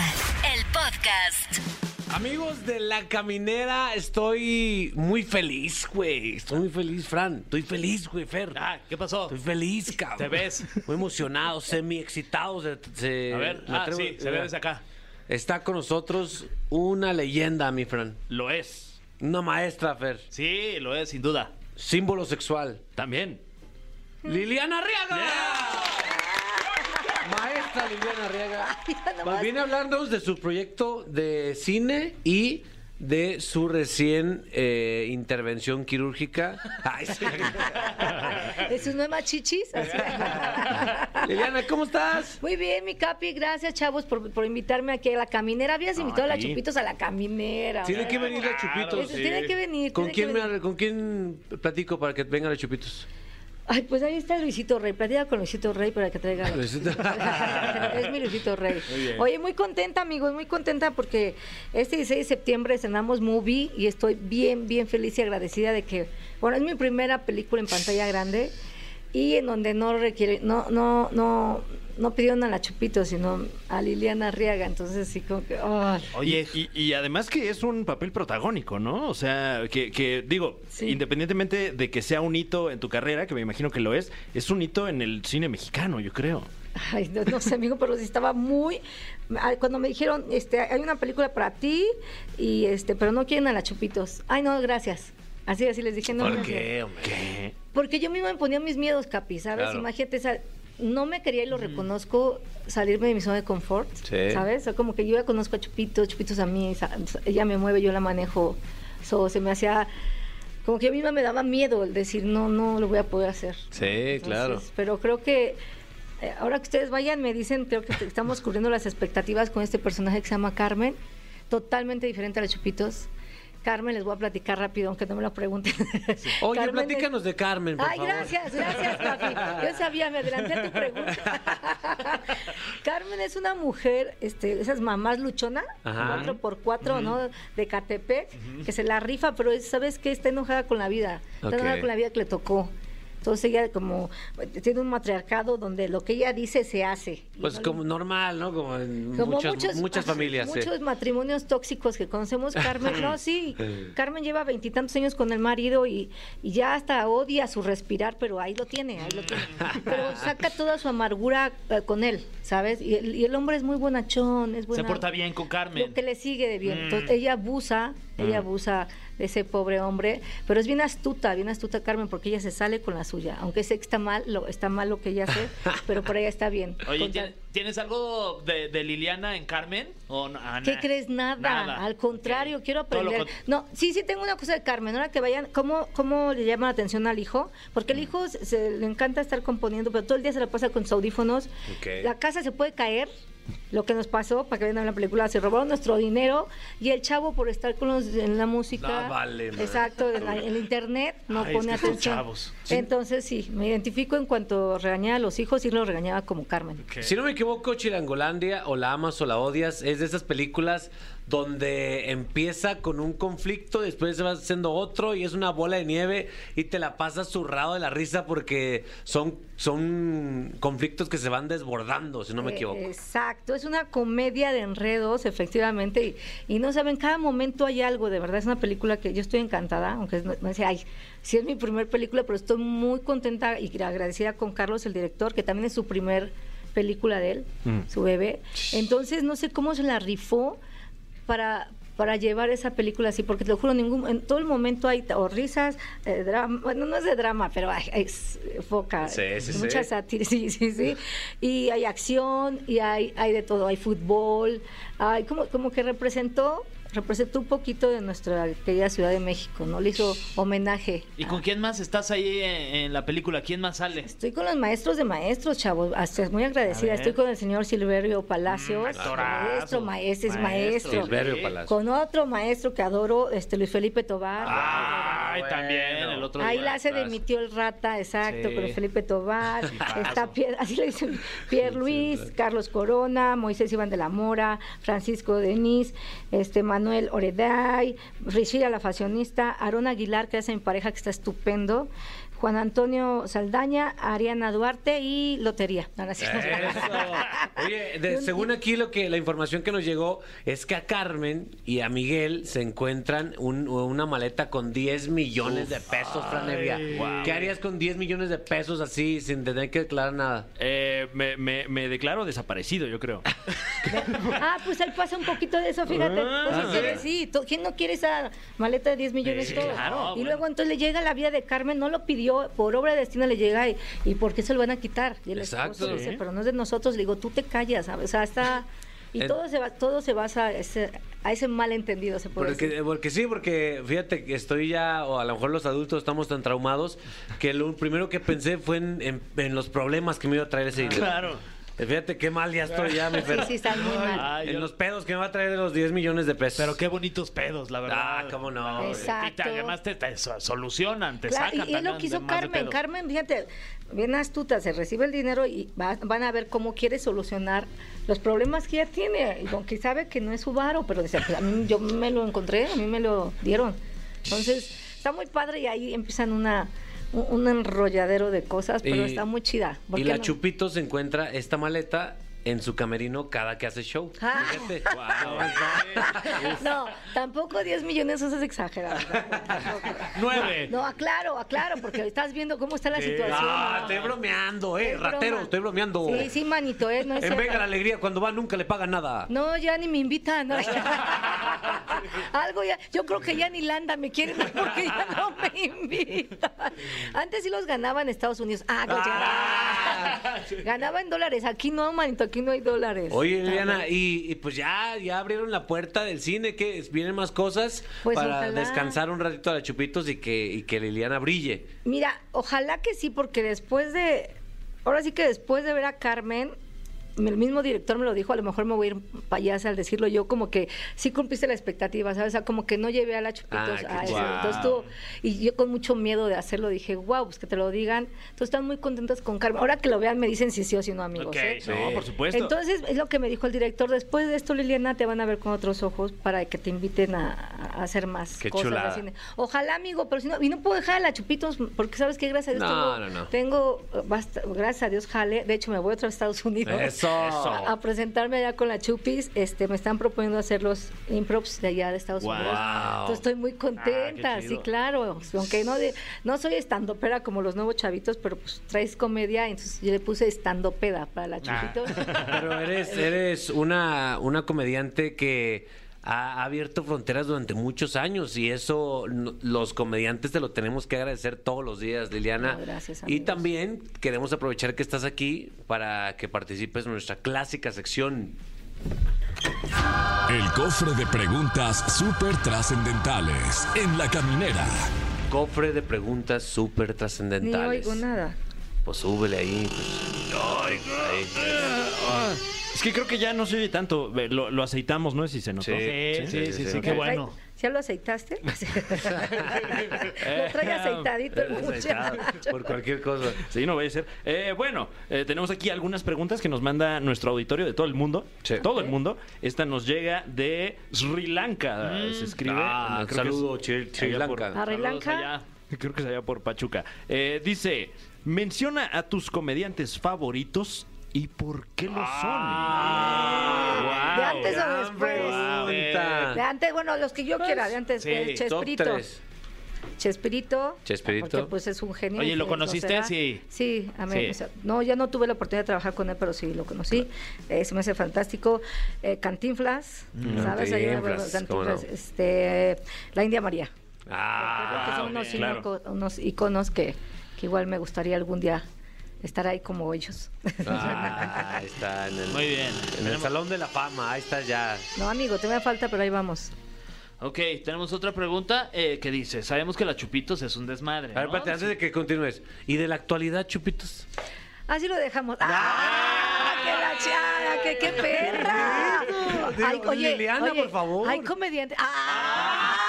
[SPEAKER 4] el podcast.
[SPEAKER 1] Amigos de La Caminera, estoy muy feliz, güey. Estoy muy feliz, Fran. Estoy feliz, güey, Fer.
[SPEAKER 2] Ah, ¿qué pasó?
[SPEAKER 1] Estoy feliz, cabrón.
[SPEAKER 2] Te ves.
[SPEAKER 1] Muy emocionado, semi excitado. se- se-
[SPEAKER 2] A ver,
[SPEAKER 1] me
[SPEAKER 2] ah,
[SPEAKER 1] atrevo-
[SPEAKER 2] sí, se ve desde acá.
[SPEAKER 1] Está con nosotros una leyenda, mi Fran.
[SPEAKER 2] Lo es.
[SPEAKER 1] Una maestra, Fer.
[SPEAKER 2] Sí, lo es, sin duda.
[SPEAKER 1] Símbolo sexual.
[SPEAKER 3] También.
[SPEAKER 1] Liliana Arriaga. Maestra Liliana Arriaga. Va- Viene a hablarnos de su proyecto de cine y de su recién eh, intervención quirúrgica. Ay, sí.
[SPEAKER 7] De sus nuevas chichis.
[SPEAKER 1] Liliana, ¿cómo estás?
[SPEAKER 7] Muy bien, mi Capi, gracias, chavos, por, por invitarme aquí a la caminera. Habías invitado a la
[SPEAKER 3] sí.
[SPEAKER 7] Chupitos a la caminera.
[SPEAKER 1] Tiene
[SPEAKER 7] hombre.
[SPEAKER 1] que venir la Chupitos.
[SPEAKER 7] Eso, Tiene que venir.
[SPEAKER 1] ¿Con
[SPEAKER 7] tiene que
[SPEAKER 1] quién, me,
[SPEAKER 7] venir.
[SPEAKER 1] arre- ¿Con quién platico para que venga la Chupitos?
[SPEAKER 7] Ay, pues ahí está Luisito Rey. Platica con Luisito Rey para que traiga. la-
[SPEAKER 1] Luisito.
[SPEAKER 7] es mi Luisito Rey. Oye, muy contenta, amigos, muy contenta porque este 16 de septiembre estrenamos Movie y estoy bien, bien feliz y agradecida de que, bueno, es mi primera película en pantalla grande y en donde no requiere, no, no, no, no pidieron a la Chupito, sino a Liliana Arriaga. Entonces, sí, como que, ay.
[SPEAKER 3] Oye, y, y- y además que es un papel protagónico, ¿no? O sea, que, que, digo,
[SPEAKER 7] Sí.
[SPEAKER 3] independientemente de que sea un hito en tu carrera, que me imagino que lo es, es un hito en el cine mexicano, yo creo.
[SPEAKER 7] Ay, no, no sé, amigo, pero sí estaba muy. ah, Cuando me dijeron, este, hay una película para ti, y este, pero no quieren a la Chupitos. Ay, no, gracias. Así, así les dije, no.
[SPEAKER 1] ¿Por
[SPEAKER 7] gracias.
[SPEAKER 1] qué, hombre?
[SPEAKER 7] Porque yo misma me ponía mis miedos, Capi, ¿sabes?
[SPEAKER 1] Claro.
[SPEAKER 7] Imagínate, esa- no me quería y lo reconozco salirme de mi zona de confort,
[SPEAKER 1] Sí.
[SPEAKER 7] ¿sabes? O sea, como que yo ya conozco a Chupitos, Chupitos a mí, sa- ella me mueve, yo la manejo. So, se me hacía. Como que yo misma me daba miedo el decir, no, no lo voy a poder hacer.
[SPEAKER 1] Sí, claro.
[SPEAKER 7] Entonces, Pero creo que eh, ahora que ustedes vayan, me dicen, creo que te- estamos cubriendo las expectativas con este personaje que se llama Carmen, totalmente diferente a los Chupitos. Carmen, les voy a platicar rápido, aunque no me lo pregunten.
[SPEAKER 1] Oye,
[SPEAKER 7] Carmen es-
[SPEAKER 1] platícanos de Carmen, por
[SPEAKER 7] Ay,
[SPEAKER 1] favor.
[SPEAKER 7] gracias, gracias, Capi. Yo sabía, me adelanté a tu pregunta. Carmen es una mujer, este, esas mamás luchona,
[SPEAKER 1] Ajá.
[SPEAKER 7] cuatro por cuatro, ¿no? De Catepec, que se la rifa, pero es- sabes que está enojada con la vida, está
[SPEAKER 1] Ok.
[SPEAKER 7] enojada con la vida que le tocó. Entonces ella como tiene un matriarcado donde lo que ella dice se hace. Y
[SPEAKER 1] Pues
[SPEAKER 7] no le
[SPEAKER 1] como normal, ¿no? Como en
[SPEAKER 7] como
[SPEAKER 1] muchas,
[SPEAKER 7] muchos-
[SPEAKER 1] muchas familias. sí.
[SPEAKER 7] Muchos matrimonios tóxicos que conocemos, Carmen. No, sí. Carmen lleva veintitantos años con el marido y, y ya hasta odia su respirar, pero ahí lo tiene, ahí lo tiene. Pero saca toda su amargura eh, con él, ¿sabes? Y el, y el hombre es muy bonachón, es buena,
[SPEAKER 2] Se porta bien Mm. con Carmen.
[SPEAKER 7] Lo que le sigue de bien. Entonces, ella abusa, ella
[SPEAKER 2] Mm.
[SPEAKER 7] abusa de ese pobre hombre, pero es bien astuta, bien astuta Carmen, porque ella se sale con la suya. Aunque sé que está mal, lo, está mal lo que ella hace, pero por ella está bien.
[SPEAKER 2] Oye,
[SPEAKER 7] Con tal-
[SPEAKER 2] ¿tien- ¿tienes algo de, de Liliana en Carmen? ¿O no? Ah,
[SPEAKER 7] ¿Qué
[SPEAKER 2] nah.
[SPEAKER 7] crees? Nada. Al contrario,
[SPEAKER 2] Ok.
[SPEAKER 7] quiero
[SPEAKER 2] Todo lo
[SPEAKER 7] aprender.
[SPEAKER 2] con-
[SPEAKER 7] No, sí, sí tengo una cosa de Carmen. Ahora que vayan, ¿cómo, cómo le llama la atención al hijo? Porque
[SPEAKER 2] Mm.
[SPEAKER 7] el hijo se- se, le encanta estar componiendo, pero todo el día se la pasa con sus audífonos.
[SPEAKER 1] Ok.
[SPEAKER 7] La casa se puede caer. Lo que nos pasó, para que vean la película, se robaron nuestro dinero y el chavo por estar con los, en la música.
[SPEAKER 1] Ah, vale, madre.
[SPEAKER 7] Exacto, en, la- en el internet no
[SPEAKER 2] Ay, es
[SPEAKER 7] pone
[SPEAKER 2] que son
[SPEAKER 7] atención.
[SPEAKER 2] chavos.
[SPEAKER 7] Entonces sí, me identifico en cuanto regañaba a los hijos y los regañaba como Carmen.
[SPEAKER 1] Si no me equivoco, Chilangolandia, o la amas o la odias, es de esas películas donde empieza con un conflicto, después se va haciendo otro y es una bola de nieve y te la pasas zurrado de la risa porque son, son conflictos que se van desbordando, si no me
[SPEAKER 7] Eh,
[SPEAKER 1] equivoco.
[SPEAKER 7] Exacto, es una comedia de enredos, efectivamente, y, y no saben, cada momento hay algo, de verdad, es una película que yo estoy encantada, aunque es- me dice, ay, sí es mi primer película, pero estoy muy contenta y agradecida con Carlos, el director, que también es su primer película de él,
[SPEAKER 1] Mm.
[SPEAKER 7] su bebé. Entonces, no sé cómo se la rifó para para llevar esa película así, porque te lo juro, ningún, en todo el momento hay o risas, eh, drama, bueno, no es de drama, pero hay, es foca,
[SPEAKER 1] Sí, sí, sí.
[SPEAKER 7] muchas sátira, sí, sí, sí. Y hay acción, y hay, hay de todo, hay fútbol, hay como, como que representó representó un poquito de nuestra querida Ciudad de México, ¿no? Le hizo homenaje.
[SPEAKER 2] ¿Y
[SPEAKER 7] a-
[SPEAKER 2] con quién más estás ahí en, en la película? ¿Quién más sale?
[SPEAKER 7] Estoy con los maestros de maestros, chavos. Hasta muy
[SPEAKER 2] A
[SPEAKER 7] agradecida.
[SPEAKER 2] ver. Mm,
[SPEAKER 7] Estoy con el señor Silverio Palacios.
[SPEAKER 2] actorazo.
[SPEAKER 7] maestro, maestro, es
[SPEAKER 2] Maestro.
[SPEAKER 7] maestro.
[SPEAKER 1] Silverio Palacios.
[SPEAKER 7] Con otro maestro que adoro, este Luis Felipe Tobar.
[SPEAKER 2] Ay,
[SPEAKER 1] bueno.
[SPEAKER 2] también, el Ah, otro.
[SPEAKER 7] Ahí
[SPEAKER 2] día.
[SPEAKER 7] la hace de mi tío el rata, exacto,
[SPEAKER 2] Sí.
[SPEAKER 7] con Felipe Tobar,
[SPEAKER 2] Tipazo.
[SPEAKER 7] está Pierre, así le dicen, Pierre Luis,
[SPEAKER 1] claro.
[SPEAKER 7] Carlos Corona, Moisés Iván de la Mora, Francisco Denis, este Manuel Oreday, Rishira la fashionista, Aarón Aguilar, que es mi pareja que está estupendo, Juan Antonio Saldaña, Ariana Duarte y Lotería. No, no es cierto.
[SPEAKER 1] Eso. Oye, de-
[SPEAKER 7] Y un-
[SPEAKER 1] según aquí lo que la información que nos llegó es que a Carmen y a Miguel se encuentran un- una maleta con 10 millones de pesos, Fran Evia. ¿Qué harías con 10 millones de pesos así sin tener que declarar nada?
[SPEAKER 3] Eh, me, me- me declaro desaparecido, yo creo.
[SPEAKER 7] Ah, pues él pasa un poquito de eso, fíjate.
[SPEAKER 3] Ah,
[SPEAKER 7] Pues,
[SPEAKER 3] ¿sí?
[SPEAKER 7] quiere- sí, to- ¿quién no quiere esa maleta de 10 millones
[SPEAKER 2] Sí,
[SPEAKER 7] todo?
[SPEAKER 2] claro,
[SPEAKER 7] y
[SPEAKER 2] bueno.
[SPEAKER 7] luego entonces le llega la vida de Carmen, no lo pidió, por obra de destino le llega y, y ¿por qué se lo van a quitar? Y el esposo
[SPEAKER 1] Exacto.
[SPEAKER 7] le dice,
[SPEAKER 1] Sí.
[SPEAKER 7] pero no es de nosotros, le digo, tú te callas, ¿sabes? O sea, está... Y
[SPEAKER 1] En-
[SPEAKER 7] todo se va, todo se basa a ese, a ese malentendido, se puede decir.
[SPEAKER 1] Porque, porque sí, porque fíjate que estoy ya, o a lo mejor los adultos estamos tan traumados, que lo primero que pensé fue en, en- en los problemas que me iba a traer ese dinero.
[SPEAKER 2] Claro.
[SPEAKER 1] Fíjate qué mal ya estoy ya, mi
[SPEAKER 7] Sí,
[SPEAKER 1] Fer.
[SPEAKER 7] sí, está muy mal.
[SPEAKER 2] Ay,
[SPEAKER 1] en
[SPEAKER 2] yo-
[SPEAKER 1] los pedos que me va a traer de los 10 millones de pesos.
[SPEAKER 2] Pero qué bonitos pedos, la verdad.
[SPEAKER 1] Ah, cómo no.
[SPEAKER 7] Exacto.
[SPEAKER 2] Y te- además te, te so- solucionan, te
[SPEAKER 7] Claro,
[SPEAKER 2] sacan.
[SPEAKER 7] y, y lo
[SPEAKER 2] también
[SPEAKER 7] que
[SPEAKER 2] de
[SPEAKER 7] hizo
[SPEAKER 2] más de
[SPEAKER 7] Carmen.
[SPEAKER 2] pedos.
[SPEAKER 7] Carmen, fíjate, bien astuta, se recibe el dinero y va- van a ver cómo quiere solucionar los problemas que ella tiene. Y aunque sabe que no es su varo, pero dice, pues, a mí yo me lo encontré, a mí me lo dieron. Entonces, está muy padre y ahí empiezan una un, un enrolladero de cosas, pero
[SPEAKER 1] Y-
[SPEAKER 7] está muy chida. ¿Por
[SPEAKER 1] Y
[SPEAKER 7] qué
[SPEAKER 1] la
[SPEAKER 7] no?
[SPEAKER 1] Chupito se encuentra esta maleta en su camerino cada que hace show.
[SPEAKER 7] Ah.
[SPEAKER 1] Fíjate.
[SPEAKER 7] No, tampoco 10 millones, eso es exagerado. tampoco.
[SPEAKER 2] Nueve.
[SPEAKER 7] No, aclaro, aclaro, porque estás viendo cómo está la situación.
[SPEAKER 1] Ah,
[SPEAKER 7] ¿no?
[SPEAKER 1] estoy bromeando, eh,
[SPEAKER 7] Es broma.
[SPEAKER 1] ratero, estoy bromeando.
[SPEAKER 7] Sí, sí, manito, ¿eh? No es
[SPEAKER 1] en
[SPEAKER 7] cierto.
[SPEAKER 1] Venga la Alegría, cuando va nunca le paga nada.
[SPEAKER 7] No, ya ni me invitan. ¿no? Algo ya. Yo creo que ya ni Landa me quieren dar porque ya no me invitan. Antes sí los ganaba en Estados Unidos. Ah, no,
[SPEAKER 1] Ah,
[SPEAKER 7] ya. Ganaba en dólares. Aquí no, manito, aquí no hay dólares.
[SPEAKER 1] Oye, Liliana, y, y pues ya, ya abrieron la puerta del cine, que es- vienen más cosas
[SPEAKER 7] Pues
[SPEAKER 1] para
[SPEAKER 7] ojalá.
[SPEAKER 1] descansar un ratito a la Chupitos y que, y que Liliana brille.
[SPEAKER 7] Mira, ojalá que sí, porque después de. Ahora sí que después de ver a Carmen. El mismo director me lo dijo, a lo mejor me voy a ir payasa al decirlo yo, como que sí cumpliste la expectativa, ¿sabes? O sea, como que no llevé a la
[SPEAKER 1] Ah,
[SPEAKER 7] chupitos
[SPEAKER 1] qué
[SPEAKER 7] a eso.
[SPEAKER 1] guau.
[SPEAKER 7] Entonces tú, y yo con mucho miedo de hacerlo dije, wow, pues que te lo digan. Entonces están muy contentas con Carmen. Ahora que lo vean me dicen si sí o si no, amigos.
[SPEAKER 2] Ok,
[SPEAKER 7] ¿eh?
[SPEAKER 3] No, por supuesto.
[SPEAKER 7] Entonces, es lo que me dijo el director. Después de esto, Liliana, te van a ver con otros ojos para que te inviten a, a hacer más
[SPEAKER 1] Qué
[SPEAKER 7] cosas. de
[SPEAKER 1] chulada.
[SPEAKER 7] cine. Ojalá, amigo, pero si no, y no puedo dejar a la Chupitos, porque sabes que gracias a Dios
[SPEAKER 1] No,
[SPEAKER 7] tengo,
[SPEAKER 1] no, no.
[SPEAKER 7] tengo, eh, basta- gracias a Dios, jale. De hecho, me voy otra vez a Estados Unidos.
[SPEAKER 1] Eso.
[SPEAKER 7] A, a presentarme allá con la Chupis. Este, me están proponiendo hacer los improvs de allá de Estados
[SPEAKER 2] Wow.
[SPEAKER 7] Unidos. Entonces, estoy muy
[SPEAKER 2] Ah,
[SPEAKER 7] contenta,
[SPEAKER 2] qué
[SPEAKER 7] sí,
[SPEAKER 2] chido.
[SPEAKER 7] claro. Aunque no, de- no soy estandopera como los nuevos chavitos, pero pues traes comedia, entonces yo le puse estandopeda para
[SPEAKER 1] Ah.
[SPEAKER 7] la Chupitos.
[SPEAKER 1] Pero eres, eres una, una comediante que ha, ha abierto fronteras durante muchos años y eso no- los comediantes te lo tenemos que agradecer todos los días, Liliana.
[SPEAKER 7] No, gracias,
[SPEAKER 1] y
[SPEAKER 7] amigos.
[SPEAKER 1] también queremos aprovechar que estás aquí para que participes en nuestra clásica sección.
[SPEAKER 8] El cofre de preguntas súper trascendentales en la caminera.
[SPEAKER 1] Cofre de preguntas súper
[SPEAKER 7] Ni
[SPEAKER 1] trascendentales.
[SPEAKER 7] oigo nada.
[SPEAKER 1] Pues súbele ahí. Ahí.
[SPEAKER 3] Es que creo que ya no se oye tanto. Ve, Lo, lo aceitamos, ¿no? Si se notó.
[SPEAKER 2] Sí, sí, sí, sí,
[SPEAKER 1] sí,
[SPEAKER 2] sí,
[SPEAKER 1] sí.
[SPEAKER 2] qué
[SPEAKER 7] ¿Lo trae-
[SPEAKER 2] bueno.
[SPEAKER 7] ¿Ya lo aceitaste?
[SPEAKER 2] Eh.
[SPEAKER 7] lo trae aceitadito el muchacho.
[SPEAKER 1] Por cualquier cosa.
[SPEAKER 3] Sí, no vaya a ser. Eh, bueno, eh, tenemos aquí algunas preguntas que nos manda nuestro auditorio de todo el mundo.
[SPEAKER 1] Sí.
[SPEAKER 3] Todo el mundo. Esta nos llega de Sri Lanka. Se escribe.
[SPEAKER 1] Ah,
[SPEAKER 3] Creo que es-
[SPEAKER 1] saludo, Sri- Sri
[SPEAKER 3] allá
[SPEAKER 1] Lanka.
[SPEAKER 3] por-
[SPEAKER 7] ¿A Sri
[SPEAKER 3] saludos
[SPEAKER 7] Lanka?
[SPEAKER 3] allá. Creo que es allá por Pachuca. Eh, dice: menciona a tus comediantes favoritos y por qué lo son.
[SPEAKER 1] Ah.
[SPEAKER 7] Ah, De antes o
[SPEAKER 1] Gran
[SPEAKER 7] después.
[SPEAKER 1] pregunta.
[SPEAKER 7] De antes, bueno, los que yo quiera, de antes.
[SPEAKER 2] Pues, Sí,
[SPEAKER 7] eh,
[SPEAKER 1] Top
[SPEAKER 7] Chespirito.
[SPEAKER 1] tres.
[SPEAKER 7] Chespirito.
[SPEAKER 1] Chespirito.
[SPEAKER 7] Porque pues es un genio.
[SPEAKER 2] Oye, ¿lo
[SPEAKER 7] que
[SPEAKER 2] conociste?
[SPEAKER 7] será.
[SPEAKER 2] Sí.
[SPEAKER 7] Sí, a mí.
[SPEAKER 2] Sí.
[SPEAKER 7] o sea, no, ya no tuve la oportunidad de trabajar con él, pero sí lo conocí. Eh, se me hace fantástico. Eh, Cantinflas. ¿Sabes? Ahí, bueno,
[SPEAKER 1] Mm, Cantinflas, cómo no.
[SPEAKER 7] Este, la India María. Creo que
[SPEAKER 1] Ah,
[SPEAKER 7] son unos,
[SPEAKER 3] bien, claro.
[SPEAKER 7] ícono- unos iconos que, que igual me gustaría algún día estar ahí como ellos.
[SPEAKER 1] Ah, ahí está en el,
[SPEAKER 2] Muy bien.
[SPEAKER 1] En el Salón de la Fama, ahí está ya.
[SPEAKER 7] no, amigo, te me falta, pero ahí vamos.
[SPEAKER 2] Ok, tenemos otra pregunta eh, que dice, sabemos que la Chupitos es un desmadre.
[SPEAKER 1] A ver,
[SPEAKER 2] ¿no?
[SPEAKER 1] espérate, antes de que continúes. ¿Y de la actualidad, Chupitos?
[SPEAKER 7] Así lo dejamos. ¡Ah! ¡Qué la chara! ¡Qué, qué perra!
[SPEAKER 1] Digo, Liliana, por favor.
[SPEAKER 7] Hay comediante. ¡Ah!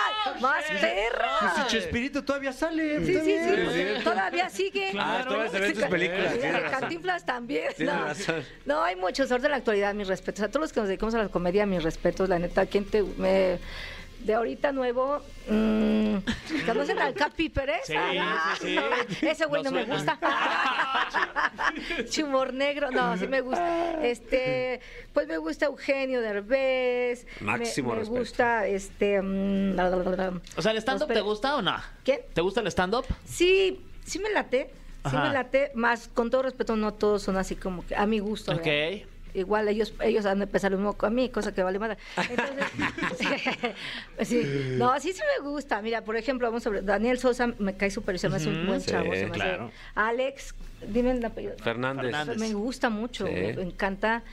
[SPEAKER 7] ¡Más
[SPEAKER 1] Pues
[SPEAKER 7] perra!
[SPEAKER 1] Chespirito todavía sale.
[SPEAKER 7] Sí, sí,
[SPEAKER 1] Sí,
[SPEAKER 7] sí.
[SPEAKER 1] sí.
[SPEAKER 7] Todavía sigue.
[SPEAKER 1] Ah, todavía se ven sus películas,
[SPEAKER 7] Sí,
[SPEAKER 1] tienes razón.
[SPEAKER 7] Cantinflas también.
[SPEAKER 1] Tienes
[SPEAKER 7] no.
[SPEAKER 1] razón.
[SPEAKER 7] No, hay muchos sordos en la actualidad, mis respetos. A todos los que nos dedicamos a la comedia, mis respetos. La neta, ¿quién te.? me- de ahorita nuevo. mm, ¿Conocen al Capi Pérez?
[SPEAKER 2] Sí, sí, sí.
[SPEAKER 7] Ese güey
[SPEAKER 2] No
[SPEAKER 7] no, me
[SPEAKER 2] suena.
[SPEAKER 7] gusta. Chumor negro. No, sí me gusta. Este, pues me gusta Eugenio Derbez. me-
[SPEAKER 1] Máximo
[SPEAKER 7] Me,
[SPEAKER 1] respeto.
[SPEAKER 7] gusta este. mm, la, la, la, la.
[SPEAKER 2] O sea, ¿el stand-up
[SPEAKER 7] Los
[SPEAKER 2] te
[SPEAKER 7] Pérez.
[SPEAKER 2] gusta o no?
[SPEAKER 7] Pues, ¿Qué?
[SPEAKER 2] ¿Te gusta el stand-up?
[SPEAKER 7] Sí, sí me late. Sí
[SPEAKER 2] Ajá.
[SPEAKER 7] me late, más con todo respeto, no todos son así como que a mi gusto.
[SPEAKER 2] Ok.
[SPEAKER 7] ¿verdad? Igual ellos, ellos han de pensar lo mismo que a mí, cosa que vale madre. Entonces, sí, no, sí, sí me gusta. Mira, por ejemplo, vamos a ver, Daniel Sosa me cae súper, se me hace un buen chavo. se me hace-
[SPEAKER 3] claro.
[SPEAKER 7] Alex, dime el apellido.
[SPEAKER 1] Fernández.
[SPEAKER 2] Fernández.
[SPEAKER 7] Me gusta mucho,
[SPEAKER 1] Sí.
[SPEAKER 7] me encanta.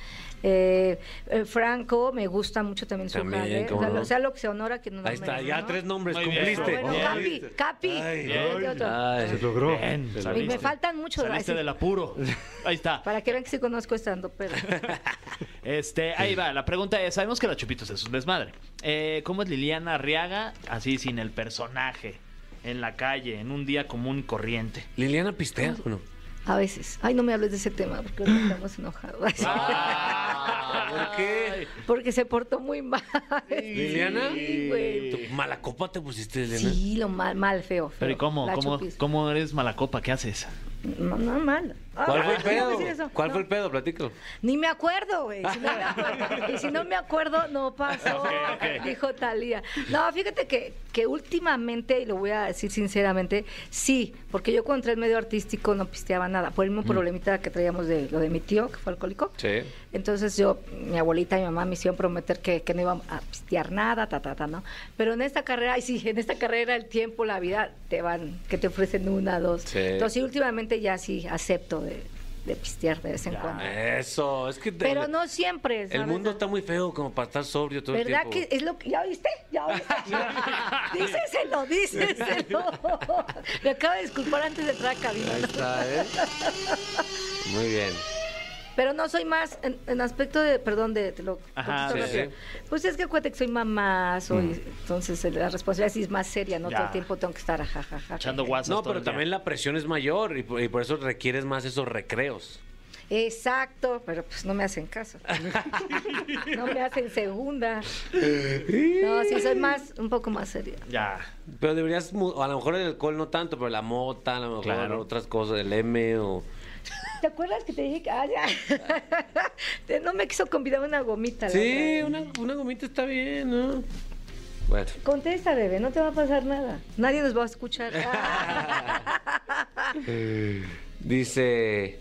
[SPEAKER 7] Eh, eh, Franco, me gusta mucho también su
[SPEAKER 1] También,
[SPEAKER 7] jale.
[SPEAKER 1] cómo
[SPEAKER 7] O sea,
[SPEAKER 1] no.
[SPEAKER 7] lo- sea lo que se honora que no
[SPEAKER 1] Ahí está,
[SPEAKER 7] merece,
[SPEAKER 1] ya
[SPEAKER 7] ¿no?
[SPEAKER 1] tres nombres,
[SPEAKER 2] Muy bien.
[SPEAKER 1] cumpliste.
[SPEAKER 7] Bueno,
[SPEAKER 2] Bien.
[SPEAKER 7] Capi, Capi.
[SPEAKER 1] Ay,
[SPEAKER 7] Y otro.
[SPEAKER 1] Ay,
[SPEAKER 3] logró.
[SPEAKER 7] Y me faltan muchos.
[SPEAKER 2] Saliste
[SPEAKER 7] así,
[SPEAKER 2] del apuro. Ahí está.
[SPEAKER 7] Para que vean que sí conozco estando, pero.
[SPEAKER 2] Este, ahí va. La pregunta es, sabemos que la Chupitos es un desmadre. Eh, ¿Cómo es Liliana Arriaga así sin el personaje? En la calle, en un día común y corriente.
[SPEAKER 1] ¿Liliana pistea o no?
[SPEAKER 7] A veces. Ay, no me hables de ese tema porque ahorita estamos enojados.
[SPEAKER 1] Ah.
[SPEAKER 2] Ah,
[SPEAKER 1] ¿Por qué?
[SPEAKER 7] porque se portó muy mal.
[SPEAKER 1] ¿Liliana?
[SPEAKER 7] Sí, güey.
[SPEAKER 1] ¿Tu mala copa te pusiste, Liliana?
[SPEAKER 7] Sí, lo mal, mal, feo. feo.
[SPEAKER 2] Pero ¿y cómo?
[SPEAKER 7] La
[SPEAKER 2] ¿Cómo,
[SPEAKER 7] chupis.
[SPEAKER 2] ¿Cómo eres malacopa? ¿Qué haces?
[SPEAKER 7] No, no, mal. Ah,
[SPEAKER 1] ¿Cuál fue el
[SPEAKER 7] no quiero decir
[SPEAKER 1] pedo?
[SPEAKER 7] eso,
[SPEAKER 1] ¿Cuál
[SPEAKER 7] no.
[SPEAKER 1] fue el pedo? Platícalo.
[SPEAKER 7] Ni me acuerdo, güey. Si no me acuerdo- y si no me acuerdo, no pasó, dijo Talía. No, fíjate que, que últimamente, y lo voy a decir sinceramente, sí, porque yo cuando entré en medio artístico no pisteaba nada, por el mismo problemita que traíamos de lo de mi tío, que fue alcohólico.
[SPEAKER 1] Mm. Sí.
[SPEAKER 7] Entonces yo, mi abuelita y mi mamá me hicieron prometer que, que no iba a pistear nada, ta, ta, ta, ¿no? Pero en esta carrera, y sí, en esta carrera el tiempo, la vida, te van, que te ofrecen una, dos.
[SPEAKER 1] Sí.
[SPEAKER 7] Entonces, sí, últimamente ya sí acepto de, de pistear de vez en cuando.
[SPEAKER 1] Eso, es que te-
[SPEAKER 7] Pero no siempre.
[SPEAKER 1] el
[SPEAKER 7] ¿sabes?
[SPEAKER 1] mundo está muy feo como para estar sobrio todo
[SPEAKER 7] ¿Verdad
[SPEAKER 1] el
[SPEAKER 7] que
[SPEAKER 1] tiempo.
[SPEAKER 7] es lo que ya oíste? Ya oíste. díceselo, díceselo. Me acabo de disculpar antes de entrar a cabina.
[SPEAKER 1] Ahí
[SPEAKER 7] ¿no?
[SPEAKER 1] está, ¿eh? Muy bien.
[SPEAKER 7] Pero no soy más en, en aspecto de, perdón, de te lo
[SPEAKER 2] Ajá,
[SPEAKER 7] contesto
[SPEAKER 1] sí, Mm.
[SPEAKER 7] rápido. Pues es que acuérdate que soy mamá, soy, entonces eh, la responsabilidad sí es más seria, no
[SPEAKER 2] Ya.
[SPEAKER 7] todo el tiempo tengo que estar jajaja.
[SPEAKER 2] Echando guasas.
[SPEAKER 1] No,
[SPEAKER 2] todo
[SPEAKER 1] pero
[SPEAKER 2] el día.
[SPEAKER 1] también la presión es mayor y por, y por eso requieres más esos recreos.
[SPEAKER 7] Exacto, pero pues no me hacen caso. no me hacen segunda.
[SPEAKER 1] Eh.
[SPEAKER 7] No, sí soy más, un poco más seria.
[SPEAKER 2] Ya.
[SPEAKER 1] Pero deberías, mu- o a lo mejor el alcohol no tanto, pero la mota, a lo mejor
[SPEAKER 2] Claro.
[SPEAKER 1] otras cosas, el M o...
[SPEAKER 7] ¿Te acuerdas que te dije que ah, ya? Te- no me quiso convidar una gomita? la
[SPEAKER 1] Sí,
[SPEAKER 7] otra vez.
[SPEAKER 1] una, una gomita está bien, ¿no? Bueno.
[SPEAKER 7] Contesta, bebé, no te va a pasar nada. Nadie nos va a escuchar.
[SPEAKER 1] Dice.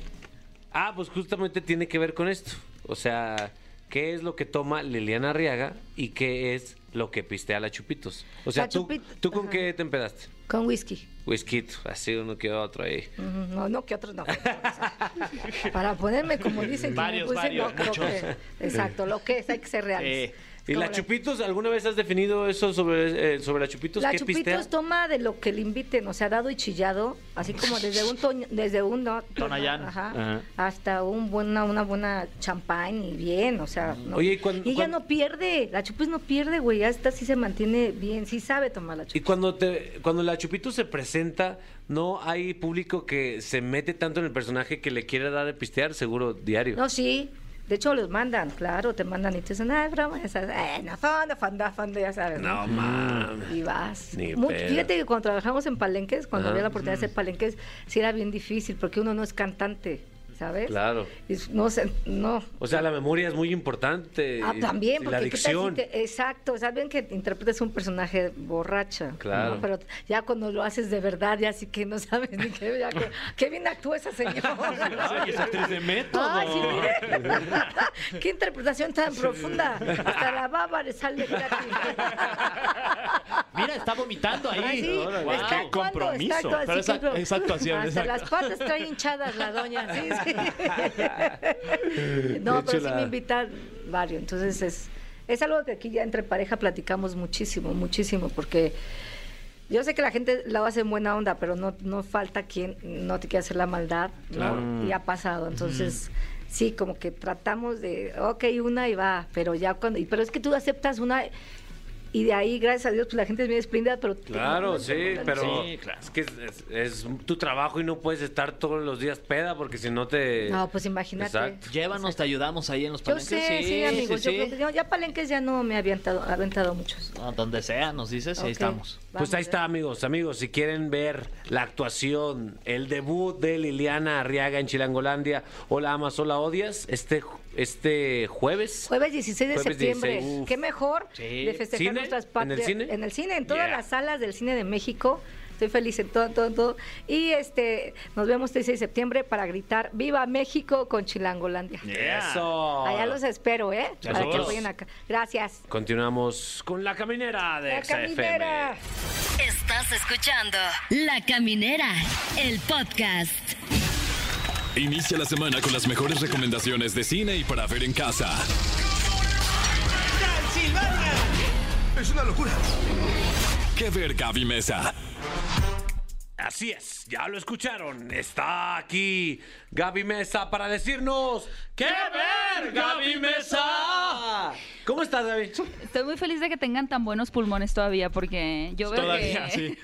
[SPEAKER 1] Ah, pues justamente tiene que ver con esto. O sea, ¿qué es lo que toma Liliana Arriaga y qué es lo que pistea la Chupitos? O sea,
[SPEAKER 7] La
[SPEAKER 1] ¿tú,
[SPEAKER 7] Chupit-
[SPEAKER 1] ¿tú con
[SPEAKER 7] ajá.
[SPEAKER 1] qué te empedaste?
[SPEAKER 7] Con whisky.
[SPEAKER 1] Whisky, así uno que otro ahí.
[SPEAKER 7] Ujú, No, no, que otros no. Para ponerme, como dicen, que
[SPEAKER 2] Varios,
[SPEAKER 7] me puse
[SPEAKER 2] varios,
[SPEAKER 7] lo- lo
[SPEAKER 2] muchos.
[SPEAKER 7] que- exacto, lo que es, hay que ser reales.
[SPEAKER 2] Sí.
[SPEAKER 1] ¿Y la
[SPEAKER 7] Como
[SPEAKER 1] Chupitos, alguna vez has definido eso sobre, eh, sobre la Chupitos?
[SPEAKER 7] La
[SPEAKER 1] ¿Qué
[SPEAKER 7] Chupitos
[SPEAKER 1] pistea?
[SPEAKER 7] toma de lo que le inviten, o sea, dado y chillado, así como desde un toño- desde un no-
[SPEAKER 2] Tonayán.
[SPEAKER 7] ajá,
[SPEAKER 3] Ajá.
[SPEAKER 7] hasta un buena, una buena champán y bien, o sea, no-
[SPEAKER 1] Oye, ¿y cuan-
[SPEAKER 7] ella
[SPEAKER 1] cuan-
[SPEAKER 7] no pierde, la Chupis no pierde, güey, ya está sí se mantiene bien, sí sabe tomar la
[SPEAKER 1] Y
[SPEAKER 7] Chupis.
[SPEAKER 1] cuando te, cuando la Chupitos se presenta, ¿no hay público que se mete tanto en el personaje que le quiere dar de pistear? Seguro, diario.
[SPEAKER 7] No, sí. De hecho, los mandan, claro, te mandan y te dicen, ay, broma, ya sabes, eh, no, fondo, fondo, fondo, ya sabes.
[SPEAKER 1] No, mames.
[SPEAKER 7] Y vas.
[SPEAKER 1] Ni
[SPEAKER 7] Mu-
[SPEAKER 1] pedo.
[SPEAKER 7] fíjate que cuando trabajamos en palenques, cuando
[SPEAKER 1] Ajá.
[SPEAKER 7] había la oportunidad de hacer palenques, sí era bien difícil porque uno no es cantante, ¿sabes?
[SPEAKER 1] Claro.
[SPEAKER 7] Y es- no sé, no.
[SPEAKER 1] O sea, la memoria es muy importante.
[SPEAKER 7] Ah,
[SPEAKER 1] y-
[SPEAKER 7] también,
[SPEAKER 1] y
[SPEAKER 7] porque
[SPEAKER 1] la
[SPEAKER 7] ¿qué tal si
[SPEAKER 1] adicción.
[SPEAKER 7] te- exacto, saben que interpretas un personaje borracha.
[SPEAKER 1] Claro.
[SPEAKER 7] Pero ya cuando lo haces de verdad, ya sí que no sabes ni qué, ya que- qué bien actúa esa señora.
[SPEAKER 3] Ay, es actriz de método.
[SPEAKER 7] Ay, Ah, sí, mire. Qué interpretación tan profunda. Hasta la baba le sale gratis.
[SPEAKER 2] Mira, está vomitando ahí.
[SPEAKER 7] Ay, sí,
[SPEAKER 2] Guau.
[SPEAKER 7] está actuando,
[SPEAKER 3] compromiso.
[SPEAKER 7] está actuando,
[SPEAKER 2] Pero
[SPEAKER 7] sí,
[SPEAKER 2] esa-
[SPEAKER 7] claro.
[SPEAKER 2] esa actuación,
[SPEAKER 7] Hasta
[SPEAKER 2] exacto.
[SPEAKER 7] las patas trae hinchadas la doña. Sí, sí. No,
[SPEAKER 1] De hecho,
[SPEAKER 7] pero sí
[SPEAKER 1] la-
[SPEAKER 7] me invitan varios. Entonces es, Es algo que aquí ya entre pareja platicamos muchísimo, muchísimo, porque yo sé que la gente la hace en buena onda, pero no, no falta quien no te quiere hacer la maldad, ¿no? Y ha pasado, entonces... Sí, como que tratamos de, ok, una y va, pero ya cuando, y- pero es que tú aceptas una y de ahí, gracias a Dios, pues la gente es bien desprendida, pero...
[SPEAKER 1] Claro, sí, pero
[SPEAKER 2] Sí, claro.
[SPEAKER 1] es que es, es- es tu trabajo y no puedes estar todos los días peda porque si no te...
[SPEAKER 7] No, pues imagínate.
[SPEAKER 1] Exacto.
[SPEAKER 2] Llévanos, te ayudamos ahí en los
[SPEAKER 7] Yo
[SPEAKER 2] palenques.
[SPEAKER 7] sé, sí, amigos,
[SPEAKER 2] sí,
[SPEAKER 7] yo creo
[SPEAKER 2] sí.
[SPEAKER 7] que yo- ya palenques ya no me ha aventado, aventado muchos.
[SPEAKER 2] No, donde sea, nos dices, y ahí
[SPEAKER 7] Ok,
[SPEAKER 2] estamos.
[SPEAKER 1] Pues
[SPEAKER 7] vamos,
[SPEAKER 1] ahí
[SPEAKER 9] ¿eh?
[SPEAKER 1] está, amigos, amigos, si quieren ver la actuación, el debut de Liliana Arriaga en Chilangolandia, o la amas o la odias, este, este jueves.
[SPEAKER 7] Jueves 16 de
[SPEAKER 1] Jueves
[SPEAKER 7] septiembre.
[SPEAKER 1] 16.
[SPEAKER 7] Qué mejor
[SPEAKER 2] Sí.
[SPEAKER 7] de festejar
[SPEAKER 1] ¿Cine?
[SPEAKER 7] nuestras
[SPEAKER 1] ¿En
[SPEAKER 7] patrias.
[SPEAKER 1] el cine?
[SPEAKER 7] En el cine, en todas
[SPEAKER 1] Yeah.
[SPEAKER 7] las salas del cine de México. Estoy feliz en todo, en todo, en todo. Y este, nos vemos este 16 de septiembre para gritar ¡Viva México con Chilangolandia!
[SPEAKER 1] Eso.
[SPEAKER 7] Allá los espero, ¿eh?
[SPEAKER 2] Ya
[SPEAKER 7] Para que
[SPEAKER 2] nosotros.
[SPEAKER 7] apoyen acá. Gracias.
[SPEAKER 1] Continuamos con la caminera de
[SPEAKER 7] La
[SPEAKER 1] XFM.
[SPEAKER 7] caminera.
[SPEAKER 4] Estás escuchando La Caminera, el podcast.
[SPEAKER 8] Inicia la semana con las mejores recomendaciones de cine y para ver en casa.
[SPEAKER 10] Es una locura.
[SPEAKER 8] ¿Qué ver, Gaby Mesa?
[SPEAKER 1] Así es, ya lo escucharon. Está aquí Gaby Mesa para decirnos... ¡Qué ver, Gaby Mesa! ¿Cómo estás, Gaby?
[SPEAKER 9] Estoy muy feliz de que tengan tan buenos pulmones todavía porque yo veo
[SPEAKER 3] Todavía,
[SPEAKER 9] que...
[SPEAKER 3] sí.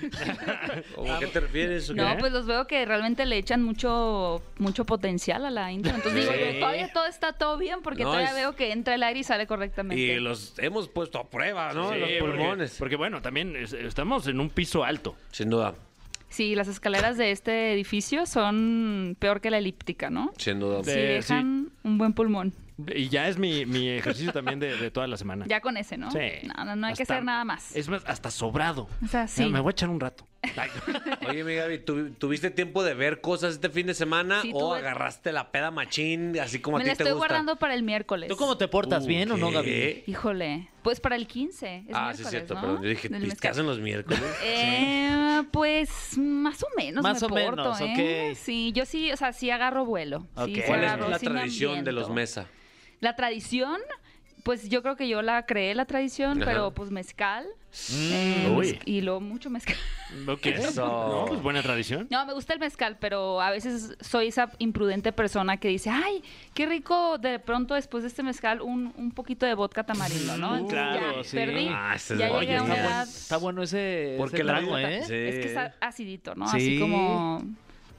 [SPEAKER 1] ¿A qué te refieres? o qué?
[SPEAKER 9] No, pues los veo que realmente le echan mucho mucho potencial a la intro. Entonces digo,
[SPEAKER 1] Sí.
[SPEAKER 9] yo, todavía todo está todo bien porque
[SPEAKER 1] No,
[SPEAKER 9] todavía
[SPEAKER 1] es-
[SPEAKER 9] veo que entra el aire y sale correctamente.
[SPEAKER 1] Y los hemos puesto a prueba, ¿no?
[SPEAKER 3] Sí,
[SPEAKER 1] los
[SPEAKER 3] porque-
[SPEAKER 1] pulmones.
[SPEAKER 3] Porque, bueno, también es- estamos en un piso alto.
[SPEAKER 1] Sin duda,
[SPEAKER 9] Sí, las escaleras de este edificio son peor que la elíptica, ¿no?
[SPEAKER 1] sin duda.
[SPEAKER 9] Sí,
[SPEAKER 3] Eh,
[SPEAKER 9] dejan un buen pulmón.
[SPEAKER 3] Y ya es mi, mi ejercicio también de, de toda la semana.
[SPEAKER 9] Ya con ese, ¿no?
[SPEAKER 3] Sí.
[SPEAKER 9] No, no, no hay que
[SPEAKER 3] Hasta-
[SPEAKER 9] hacer nada más.
[SPEAKER 3] Es más, hasta sobrado.
[SPEAKER 9] O sea, sí.
[SPEAKER 3] Ya, me voy a echar un rato. Ay.
[SPEAKER 1] Oye, mi Gaby, ¿tu- ¿tuviste tiempo de ver cosas este fin de semana
[SPEAKER 9] Sí,
[SPEAKER 1] o
[SPEAKER 9] tuve-
[SPEAKER 1] agarraste la peda machín, así como
[SPEAKER 9] Me
[SPEAKER 1] a ti
[SPEAKER 9] la
[SPEAKER 1] te
[SPEAKER 9] estoy
[SPEAKER 1] gusta?
[SPEAKER 9] guardando para el miércoles.
[SPEAKER 2] ¿Tú cómo te portas?
[SPEAKER 1] Uh,
[SPEAKER 2] ¿Bien o no,
[SPEAKER 1] ¿qué?
[SPEAKER 2] Gaby?
[SPEAKER 9] Híjole, pues para el 15. Es
[SPEAKER 1] ah, sí,
[SPEAKER 9] miércoles,
[SPEAKER 1] es cierto,
[SPEAKER 9] ¿no?
[SPEAKER 1] perdón. Yo dije,
[SPEAKER 9] Del
[SPEAKER 1] "¿Y ¿qué
[SPEAKER 9] mezcal.
[SPEAKER 1] hacen los miércoles?
[SPEAKER 9] Eh, pues más o menos.
[SPEAKER 2] Más
[SPEAKER 9] me
[SPEAKER 2] o
[SPEAKER 9] porto,
[SPEAKER 2] menos,
[SPEAKER 9] ¿eh?
[SPEAKER 2] ok.
[SPEAKER 9] Sí, yo sí, o sea, sí agarro vuelo. Sí,
[SPEAKER 2] Ok.
[SPEAKER 9] sí
[SPEAKER 1] ¿Cuál es
[SPEAKER 9] agarro,
[SPEAKER 1] la
[SPEAKER 9] sí me
[SPEAKER 1] tradición de los
[SPEAKER 9] ambiento.
[SPEAKER 1] mesa?
[SPEAKER 9] La tradición, pues yo creo que yo la creé la tradición,
[SPEAKER 1] Ajá.
[SPEAKER 9] pero pues mezcal.
[SPEAKER 2] Mm.
[SPEAKER 9] eh,
[SPEAKER 3] Uy.
[SPEAKER 9] mez- y lo mucho mezcal.
[SPEAKER 3] Ok.
[SPEAKER 1] Eso.
[SPEAKER 3] No, pues buena tradición.
[SPEAKER 9] No, me gusta el mezcal, pero a veces soy esa imprudente persona que dice, ay, qué rico de pronto después de este mezcal un, un poquito de vodka tamarindo, ¿no?
[SPEAKER 3] Uh,
[SPEAKER 9] Entonces, ya,
[SPEAKER 3] claro, sí.
[SPEAKER 9] perdí.
[SPEAKER 1] Ah, ese es
[SPEAKER 9] ya
[SPEAKER 1] bueno.
[SPEAKER 9] llegué a
[SPEAKER 1] Oye,
[SPEAKER 9] una
[SPEAKER 1] está
[SPEAKER 9] edad...
[SPEAKER 2] Está bueno ese,
[SPEAKER 1] Porque
[SPEAKER 2] ese
[SPEAKER 1] la
[SPEAKER 2] trago, ¿eh?
[SPEAKER 1] Sí.
[SPEAKER 9] Es que está acidito, ¿no?
[SPEAKER 2] Sí.
[SPEAKER 9] Así como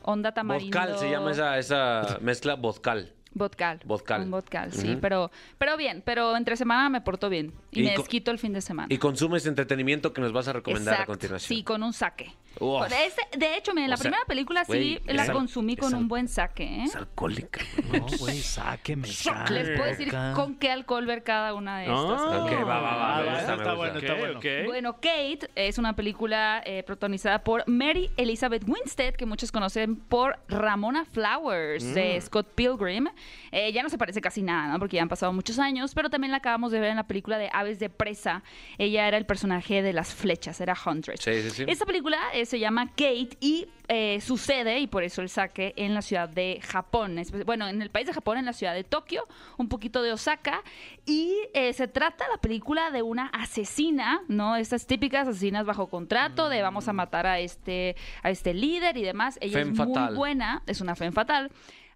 [SPEAKER 9] onda tamarindo.
[SPEAKER 1] Vodcal se llama esa, esa mezcla vodcal.
[SPEAKER 9] Vodcal.
[SPEAKER 1] Vodcal.
[SPEAKER 9] Un vodcal, sí.
[SPEAKER 1] Ujú.
[SPEAKER 9] pero, pero bien, pero entre semana me porto bien. Y,
[SPEAKER 1] Y
[SPEAKER 9] me
[SPEAKER 1] co-
[SPEAKER 9] desquito el fin de semana.
[SPEAKER 1] Y consumes entretenimiento que nos vas a recomendar
[SPEAKER 9] Ah. Exacto,
[SPEAKER 1] a continuación.
[SPEAKER 9] Sí, con ¿eh? un saque.
[SPEAKER 1] Uf.
[SPEAKER 9] Por ese- de hecho, mire, la
[SPEAKER 1] O sea,
[SPEAKER 9] primera película sí
[SPEAKER 1] güey,
[SPEAKER 9] la
[SPEAKER 1] es al-
[SPEAKER 9] consumí
[SPEAKER 1] es
[SPEAKER 9] con
[SPEAKER 1] al-
[SPEAKER 9] un buen saque, ¿eh?
[SPEAKER 1] Es alcohólica.
[SPEAKER 2] No, güey, sáqueme.
[SPEAKER 9] Les puedo decir
[SPEAKER 2] saca.
[SPEAKER 9] con qué alcohol ver cada una de estas.
[SPEAKER 3] Ah,
[SPEAKER 1] ok, va, va, va,
[SPEAKER 3] Ah,
[SPEAKER 1] me gusta,
[SPEAKER 3] está
[SPEAKER 1] me gusta.
[SPEAKER 3] bueno, está
[SPEAKER 2] Ok,
[SPEAKER 3] bueno.
[SPEAKER 9] Bueno, Kate es una película eh, protagonizada por Mary Elizabeth Winstead, que muchos conocen por Ramona Flowers de Scott Pilgrim. Eh, ya no se parece casi nada, ¿no? Porque ya han pasado muchos años, pero también la acabamos de ver en la película de Aves de Presa. Ella era el personaje de las flechas, era Huntress.
[SPEAKER 1] Sí, sí, sí.
[SPEAKER 9] Esta película eh, se llama Kate y eh, sucede, y por eso el saque, en la ciudad de Japón. Espe- Bueno, en el país de Japón, en la ciudad de Tokio, un poquito de Osaka. Y eh, se trata la película de una asesina, ¿no? Estas típicas asesinas bajo contrato, de vamos a matar a este, a este líder y demás. Ella
[SPEAKER 1] Mm. Femme
[SPEAKER 9] es
[SPEAKER 1] fatale.
[SPEAKER 9] muy buena, es una femme fatal.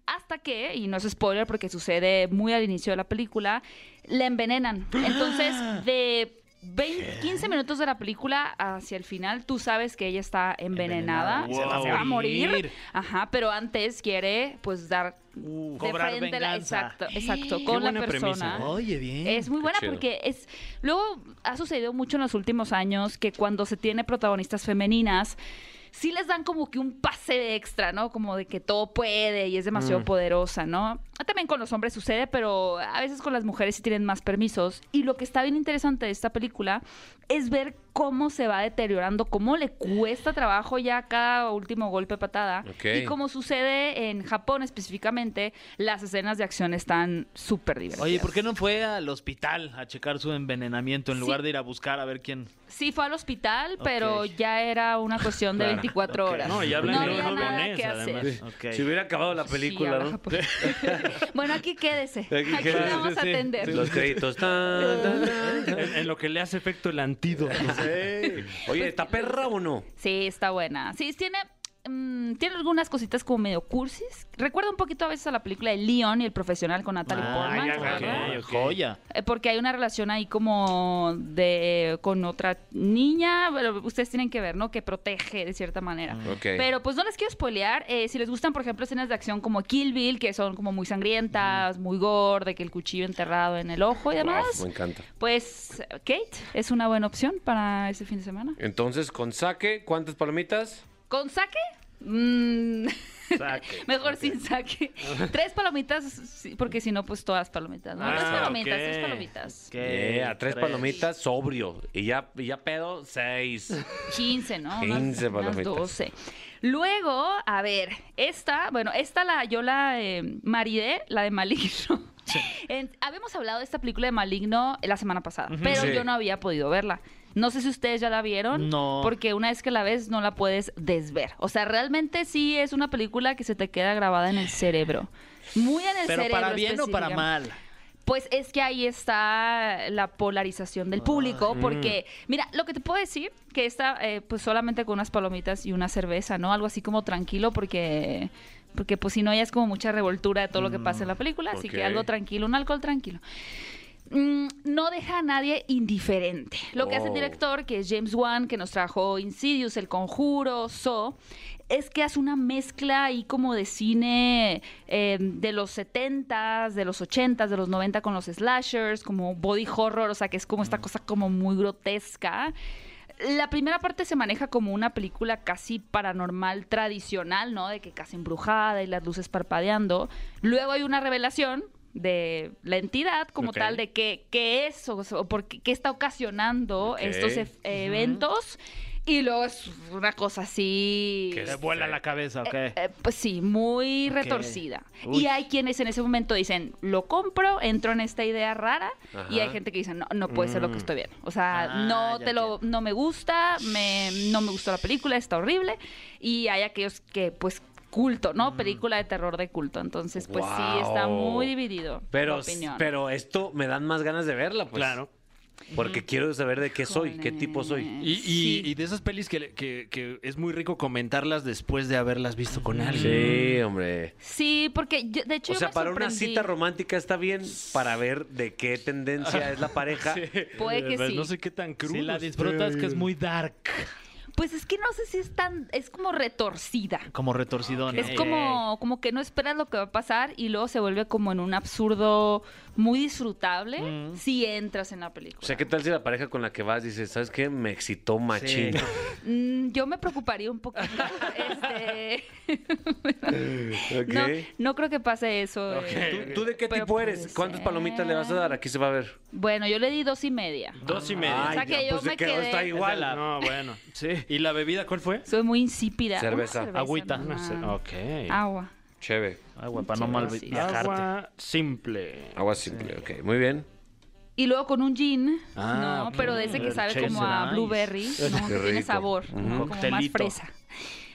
[SPEAKER 9] Hasta que, y no es spoiler porque sucede muy al inicio de la película, la envenenan. Entonces, de 20, 15 minutos de la película hacia el final, tú sabes que ella está envenenada,
[SPEAKER 2] Envenenada.
[SPEAKER 9] se va- se, va a
[SPEAKER 2] Morir.
[SPEAKER 9] morir. Ajá, pero antes quiere, pues, dar
[SPEAKER 2] Uh,
[SPEAKER 9] de
[SPEAKER 2] cobrar
[SPEAKER 9] frente la-
[SPEAKER 2] venganza.
[SPEAKER 9] exacto, exacto,
[SPEAKER 3] Qué
[SPEAKER 9] con la
[SPEAKER 3] buena
[SPEAKER 9] persona.
[SPEAKER 3] premisa, ¿no?
[SPEAKER 2] Oye, bien.
[SPEAKER 9] Es muy
[SPEAKER 1] Qué
[SPEAKER 9] buena
[SPEAKER 1] chido.
[SPEAKER 9] porque es. Luego ha sucedido mucho en los últimos años que cuando se tiene protagonistas femeninas. Sí les dan como que un pase extra, ¿no? Como de que todo puede y es demasiado
[SPEAKER 1] Mm.
[SPEAKER 9] poderosa, ¿no? También con los hombres sucede, pero a veces con las mujeres sí tienen más permisos. Y lo que está bien interesante de esta película es ver cómo se va deteriorando, cómo le cuesta trabajo ya cada último golpe patada.
[SPEAKER 1] Ok.
[SPEAKER 9] Y como sucede en Japón específicamente, las escenas de acción están súper divertidas.
[SPEAKER 2] Oye, ¿por qué no fue al hospital a checar su envenenamiento en
[SPEAKER 9] Sí.
[SPEAKER 2] lugar de ir a buscar a ver quién?
[SPEAKER 9] Sí, fue al hospital, pero
[SPEAKER 2] Ok.
[SPEAKER 9] ya era una cuestión de
[SPEAKER 1] Claro.
[SPEAKER 9] 24 horas.
[SPEAKER 2] No, y hablan
[SPEAKER 9] no
[SPEAKER 2] en
[SPEAKER 9] había
[SPEAKER 2] un
[SPEAKER 9] nada que
[SPEAKER 2] japonés,
[SPEAKER 9] hacer.
[SPEAKER 2] además.
[SPEAKER 1] Si hubiera acabado la película,
[SPEAKER 9] habla
[SPEAKER 1] ¿no?
[SPEAKER 9] japonés. Bueno, aquí quédese. Aquí,
[SPEAKER 1] quédese,
[SPEAKER 9] le vamos a
[SPEAKER 3] sí,
[SPEAKER 9] atender.
[SPEAKER 1] Los créditos. Tan, tan, tan.
[SPEAKER 3] En, en lo que le hace efecto el antídoto.
[SPEAKER 1] Oye, ¿está perra o no?
[SPEAKER 9] Sí, está buena. Sí, tiene, mm, tiene algunas cositas como medio cursis. Recuerda un poquito a veces a la película de Leon y el profesional con Natalie
[SPEAKER 2] Ah.
[SPEAKER 9] Portman. ¿se acuerdan?
[SPEAKER 2] Ok, Joya.
[SPEAKER 9] Eh, Porque hay una relación ahí como de con otra niña, pero ustedes tienen que ver, ¿no? Que protege de cierta manera.
[SPEAKER 1] Ok.
[SPEAKER 9] Pero pues no les quiero spoilear. eh, si les gustan, por ejemplo, escenas de acción como Kill Bill, que son como muy sangrientas, muy gore, de que el cuchillo enterrado en el ojo y demás,
[SPEAKER 1] Uf, me encanta.
[SPEAKER 9] pues Kate es una buena opción para ese fin de semana.
[SPEAKER 1] Entonces, con saque, ¿cuántas palomitas?
[SPEAKER 9] ¿Con saque? Mm, Mejor sin saque. Tres palomitas, sí, porque si no, pues todas palomitas. ¿no? tres
[SPEAKER 2] Ah,
[SPEAKER 9] palomitas,
[SPEAKER 2] ok.
[SPEAKER 9] tres palomitas.
[SPEAKER 2] Ok,
[SPEAKER 1] Yeah, Eh, tres palomitas, sobrio. Y ya, y ya pedo, seis.
[SPEAKER 9] 15, ¿no?
[SPEAKER 1] 15
[SPEAKER 9] Unas- unas
[SPEAKER 1] palomitas.
[SPEAKER 9] 12. Luego, a ver, esta, bueno, esta la, yo la eh, maridé, la de Maligno. En- habíamos hablado de esta película de Maligno la semana pasada, pero
[SPEAKER 1] Sí.
[SPEAKER 9] yo no había podido verla. No sé si ustedes ya la vieron,
[SPEAKER 2] No.
[SPEAKER 9] porque una vez que la ves no la puedes desver. O sea, realmente sí es una película que se te queda grabada en el cerebro. Muy en el
[SPEAKER 2] Pero
[SPEAKER 9] cerebro.
[SPEAKER 2] para bien o para
[SPEAKER 9] específicamente.
[SPEAKER 2] mal.
[SPEAKER 9] Pues es que ahí está la polarización del público, porque, mira, lo que te puedo decir, que está eh, pues solamente con unas palomitas y una cerveza, ¿no? Algo así como tranquilo, porque, porque pues si no ya es como mucha revoltura de todo lo que pasa en la película, así que
[SPEAKER 1] ok.
[SPEAKER 9] algo tranquilo, un alcohol tranquilo. Mm, no deja a nadie indiferente. Lo que hace el
[SPEAKER 1] Oh.
[SPEAKER 9] director, que es James Wan, que nos trajo Insidious, El Conjuro, So, es que hace una mezcla ahí como de cine eh, de los 70s, de los 80s, de los 90 con los slashers, como body horror, o sea, que es como esta cosa como muy grotesca. La primera parte se maneja como una película casi paranormal tradicional, ¿no? De que casi embrujada y las luces parpadeando. Luego hay una revelación de la entidad como
[SPEAKER 1] Ok.
[SPEAKER 9] tal de qué, qué es o, o por qué, qué está ocasionando
[SPEAKER 1] Ok.
[SPEAKER 9] estos ef- eventos. Y luego es una cosa así...
[SPEAKER 1] Que
[SPEAKER 2] Le Eh, vuela la cabeza, ok.
[SPEAKER 9] Eh, pues sí, muy
[SPEAKER 2] Ok.
[SPEAKER 9] retorcida.
[SPEAKER 2] Uy.
[SPEAKER 9] Y hay quienes en ese momento dicen, lo compro, entro en esta idea rara. Y hay
[SPEAKER 1] Ajá. Mm.
[SPEAKER 9] gente que dice, no, no puede ser lo que estoy viendo. O sea,
[SPEAKER 2] Ah,
[SPEAKER 9] no
[SPEAKER 2] ya
[SPEAKER 9] te lo, no me gusta, me, no me gustó la película, está horrible. Y hay aquellos que, pues, culto, ¿no? Película de terror de culto. Entonces, pues sí, está
[SPEAKER 1] Mm. Guau.
[SPEAKER 9] muy dividido. la
[SPEAKER 1] Pero,
[SPEAKER 9] opinión.
[SPEAKER 1] pero esto me dan más ganas de verla, pues.
[SPEAKER 3] Claro.
[SPEAKER 1] Porque quiero saber de qué soy, qué
[SPEAKER 9] Híjole.
[SPEAKER 1] tipo soy.
[SPEAKER 9] Eh,
[SPEAKER 3] Y, y-
[SPEAKER 9] sí.
[SPEAKER 3] y de esas pelis que, que- que es muy rico comentarlas después de haberlas visto con alguien.
[SPEAKER 1] Sí, hombre.
[SPEAKER 9] Sí, porque yo- de hecho
[SPEAKER 1] O
[SPEAKER 9] yo
[SPEAKER 1] sea,
[SPEAKER 9] me
[SPEAKER 1] para una
[SPEAKER 9] sorprendí.
[SPEAKER 1] cita romántica está bien para ver de qué tendencia es la pareja.
[SPEAKER 9] Puede que
[SPEAKER 3] Pues
[SPEAKER 9] sí.
[SPEAKER 3] No sé qué tan crudo.
[SPEAKER 2] Si la disfrutas, que es muy dark.
[SPEAKER 9] Pues es que no sé si es tan, es como retorcida.
[SPEAKER 2] Como retorcidón.
[SPEAKER 1] Eh,
[SPEAKER 9] Es como, como que no esperas lo que va a pasar y luego se vuelve como en un absurdo muy disfrutable
[SPEAKER 1] Mm.
[SPEAKER 9] si entras en la película.
[SPEAKER 1] O sea, ¿qué tal si la pareja con la que vas dice, ¿sabes qué? Me excitó machín.
[SPEAKER 3] Sí.
[SPEAKER 9] Mm, yo me preocuparía un poquito. este,
[SPEAKER 1] Ok.
[SPEAKER 9] no, no creo que pase eso. eh.
[SPEAKER 1] ¿Tú, tú de qué
[SPEAKER 9] Pero
[SPEAKER 1] tipo eres?
[SPEAKER 9] puede
[SPEAKER 1] ¿Cuántas
[SPEAKER 9] ser.
[SPEAKER 1] palomitas le vas a dar? Aquí se va a ver.
[SPEAKER 9] Bueno, yo le di dos y media.
[SPEAKER 3] Dos y media.
[SPEAKER 9] O sea
[SPEAKER 1] Ay,
[SPEAKER 9] que
[SPEAKER 1] ya,
[SPEAKER 9] yo
[SPEAKER 1] pues, se
[SPEAKER 9] me
[SPEAKER 1] quedó,
[SPEAKER 9] quedé-
[SPEAKER 1] está igual.
[SPEAKER 3] Igual. No, bueno. Sí. ¿Y la bebida cuál fue?
[SPEAKER 9] Soy muy insípida. Una
[SPEAKER 1] Cerveza.
[SPEAKER 2] Agüita.
[SPEAKER 9] nomás.
[SPEAKER 3] Ok.
[SPEAKER 9] Agua.
[SPEAKER 1] Chévere.
[SPEAKER 2] Agua, para no
[SPEAKER 9] Sí,
[SPEAKER 2] mal
[SPEAKER 9] sí.
[SPEAKER 2] viajarte.
[SPEAKER 3] Agua simple.
[SPEAKER 1] Agua simple. Ok, muy bien.
[SPEAKER 9] Y luego con un gin,
[SPEAKER 3] Ah,
[SPEAKER 9] ¿no?
[SPEAKER 3] ok.
[SPEAKER 9] Pero de ese que sabe
[SPEAKER 2] Chase
[SPEAKER 9] como a
[SPEAKER 2] Rice.
[SPEAKER 9] blueberry, ¿no?
[SPEAKER 1] Qué
[SPEAKER 9] Que tiene
[SPEAKER 1] rico.
[SPEAKER 9] sabor,
[SPEAKER 1] Ujú.
[SPEAKER 9] ¿no? como más
[SPEAKER 2] Coctelito.
[SPEAKER 9] fresa.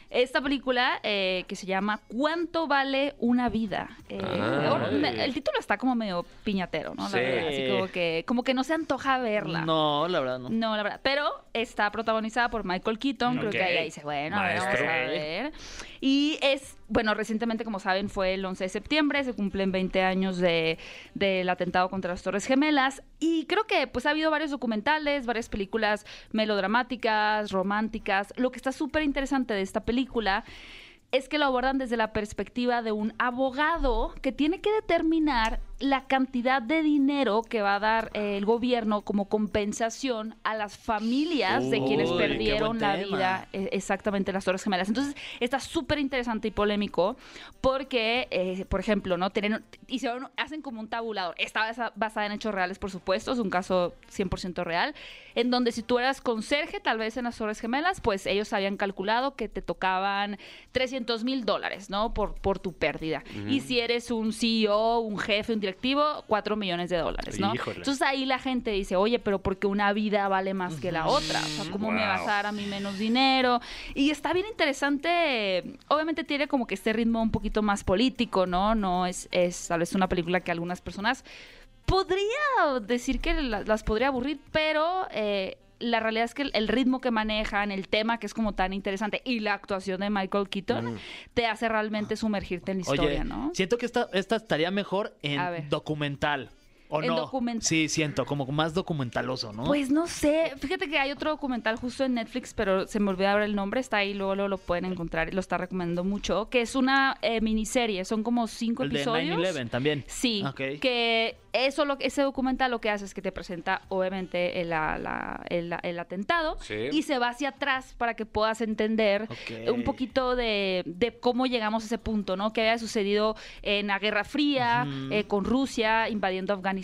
[SPEAKER 9] Esta película eh, que se llama ¿Cuánto vale una vida? Eh,
[SPEAKER 1] Ah.
[SPEAKER 9] or- me- el título está como medio piñatero, ¿no? La
[SPEAKER 1] Sí.
[SPEAKER 9] verdad, así como que, como que no se antoja verla.
[SPEAKER 2] No, la verdad no.
[SPEAKER 9] No, la verdad. Pero está protagonizada por Michael Keaton. Creo que
[SPEAKER 2] Ok.
[SPEAKER 9] ahí ahí dice, bueno, a ver, vamos
[SPEAKER 1] Maestro.
[SPEAKER 9] a ver. Y es, bueno, recientemente, como saben, fue el 11 de septiembre. Se cumplen 20 años de, del atentado contra las Torres Gemelas. Y creo que pues ha habido varios documentales, varias películas melodramáticas, románticas. Lo que está súper interesante de esta película es que lo abordan desde la perspectiva de un abogado que tiene que determinar la cantidad de dinero que va a dar eh, el gobierno como compensación a las familias de quienes
[SPEAKER 2] Uy, qué buen
[SPEAKER 9] perdieron la
[SPEAKER 2] tema.
[SPEAKER 9] vida eh, exactamente en las Torres Gemelas. Entonces está súper interesante y polémico porque, eh, por ejemplo, no tienen, hicieron, hacen como un tabulador. Está basa- basada en hechos reales, por supuesto, es un caso 100% real, en donde si tú eras conserje, tal vez en las Torres Gemelas, pues ellos habían calculado que te tocaban 300 mil dólares, ¿no? Por, por tu pérdida. Y si eres E un CEO, un jefe, un colectivo, 4 millones de dólares, ¿no?
[SPEAKER 3] Híjole.
[SPEAKER 9] Entonces ahí la gente dice, oye, pero porque una vida vale más que la otra? O sea, ¿cómo me
[SPEAKER 3] Wow.
[SPEAKER 9] vas a dar a mí menos dinero? Y está bien interesante. Obviamente tiene como que este ritmo un poquito más político, ¿no? No es, es tal vez una película que algunas personas podría decir que la- las podría aburrir, pero eh, la realidad es que el, el ritmo que manejan, el tema que es como tan interesante y la actuación de Michael Keaton te hace realmente sumergirte en la historia,
[SPEAKER 2] Oye,
[SPEAKER 9] ¿no?
[SPEAKER 2] siento que esta, esta estaría mejor
[SPEAKER 9] A
[SPEAKER 2] en
[SPEAKER 9] ver.
[SPEAKER 2] documental. ¿O
[SPEAKER 9] En
[SPEAKER 2] no?
[SPEAKER 9] documental.
[SPEAKER 2] Sí, siento, como más documentaloso, ¿no?
[SPEAKER 9] Pues no sé, fíjate que hay otro documental justo en Netflix, pero se me olvidó ahora el nombre, está ahí, luego, luego lo pueden encontrar, lo está recomendando mucho, que es una eh, miniserie, son como cinco
[SPEAKER 2] el de
[SPEAKER 9] episodios.
[SPEAKER 2] 9-11 también.
[SPEAKER 9] Sí,
[SPEAKER 2] Ok.
[SPEAKER 9] que eso lo, ese documental lo que hace es que te presenta obviamente el, la- la- el- el atentado
[SPEAKER 1] Sí.
[SPEAKER 9] y se va hacia atrás para que puedas entender
[SPEAKER 2] Ok.
[SPEAKER 9] un poquito de, de cómo llegamos a ese punto, ¿no? Que había sucedido en la Guerra Fría,
[SPEAKER 2] Ujú.
[SPEAKER 9] eh, con Rusia invadiendo Afganistán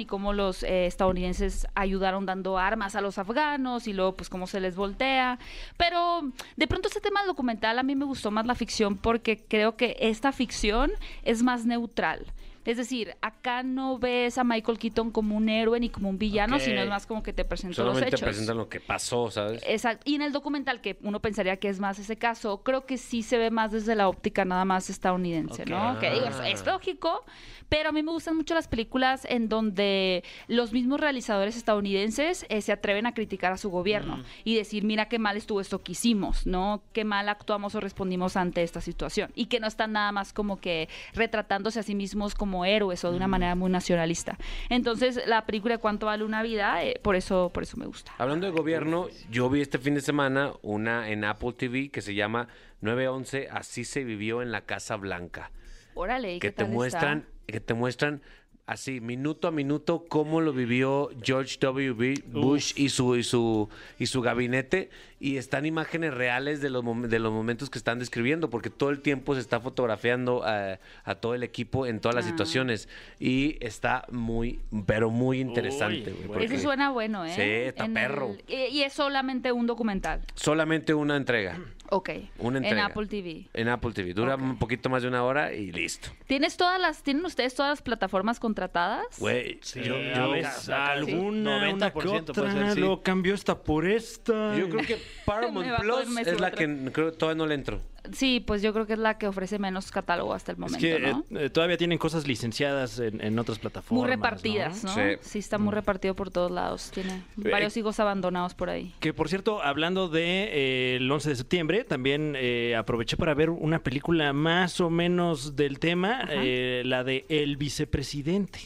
[SPEAKER 9] y cómo los eh, estadounidenses ayudaron dando armas a los afganos y luego pues cómo se les voltea. Pero de pronto este tema del documental a mí me gustó más la ficción porque creo que esta ficción es más neutral. Es decir, acá no ves a Michael Keaton como un héroe ni como un villano,
[SPEAKER 2] Ok.
[SPEAKER 9] sino es más como que te presenta los
[SPEAKER 1] Solamente
[SPEAKER 9] hechos.
[SPEAKER 1] presentan lo que pasó, ¿sabes?
[SPEAKER 9] Exacto. Y en el documental, que uno pensaría que es más ese caso, creo que sí se ve más desde la óptica nada más estadounidense, ¿no?
[SPEAKER 2] Ok.
[SPEAKER 9] Que digo, es, es lógico, pero a mí me gustan mucho las películas en donde los mismos realizadores estadounidenses eh, se atreven a criticar a su gobierno y decir, mira qué mal estuvo esto que hicimos, ¿no? Qué mal actuamos o respondimos ante esta situación. Y que no están nada más como que retratándose a sí mismos como héroes o de una manera muy nacionalista. Entonces, la película de cuánto vale una vida, eh, por eso, por eso me gusta.
[SPEAKER 1] Hablando de gobierno, yo vi este fin de semana una en Apple TV que se llama 911, así se vivió en la Casa Blanca.
[SPEAKER 9] Órale, ¿y
[SPEAKER 1] que
[SPEAKER 9] qué
[SPEAKER 1] te
[SPEAKER 9] tal está?
[SPEAKER 1] muestran que te muestran así minuto a minuto cómo lo vivió George W. B. Bush y su y su y su gabinete y están imágenes reales de los mom- de los momentos que están describiendo porque todo el tiempo se está fotografiando eh, a, todo el equipo en todas las
[SPEAKER 9] Ah.
[SPEAKER 1] situaciones y está muy pero muy interesante güey,
[SPEAKER 9] Ese
[SPEAKER 1] porque
[SPEAKER 9] suena bueno, ¿eh?
[SPEAKER 1] Sí, está
[SPEAKER 9] En
[SPEAKER 1] perro.
[SPEAKER 9] el- eh, y- y es solamente un documental.
[SPEAKER 1] solamente una entrega
[SPEAKER 9] Ok.
[SPEAKER 1] Una
[SPEAKER 9] en
[SPEAKER 1] entrega.
[SPEAKER 9] Apple TV.
[SPEAKER 1] en Apple TV dura un poquito más de una hora y listo
[SPEAKER 9] ¿Tienes todas las, ¿Tienen ustedes todas las plataformas contratadas?
[SPEAKER 1] güey yo,
[SPEAKER 3] Eh,
[SPEAKER 1] yo-
[SPEAKER 3] a ver, alguna, una que
[SPEAKER 2] 90% puede
[SPEAKER 3] otra,
[SPEAKER 2] ser, sí.
[SPEAKER 3] lo cambió esta por esta.
[SPEAKER 1] yo creo que Paramount
[SPEAKER 9] Me bajó el
[SPEAKER 1] Plus
[SPEAKER 9] mes
[SPEAKER 1] es la
[SPEAKER 9] otra.
[SPEAKER 1] que n- creo, todavía no le entro
[SPEAKER 9] Sí, pues yo creo que es la que ofrece menos catálogo hasta el
[SPEAKER 3] Es
[SPEAKER 9] momento,
[SPEAKER 3] que
[SPEAKER 9] ¿no?
[SPEAKER 3] eh, eh, todavía tienen cosas licenciadas en, en otras plataformas.
[SPEAKER 9] Muy repartidas, ¿no?
[SPEAKER 1] Sí.
[SPEAKER 9] Sí, está muy repartido por todos lados. Tiene
[SPEAKER 3] Eh,
[SPEAKER 9] varios hijos abandonados por ahí.
[SPEAKER 3] Que por cierto, hablando de eh, el 11 de septiembre, también eh, aproveché para ver una película más o menos del tema, eh, la de El vicepresidente.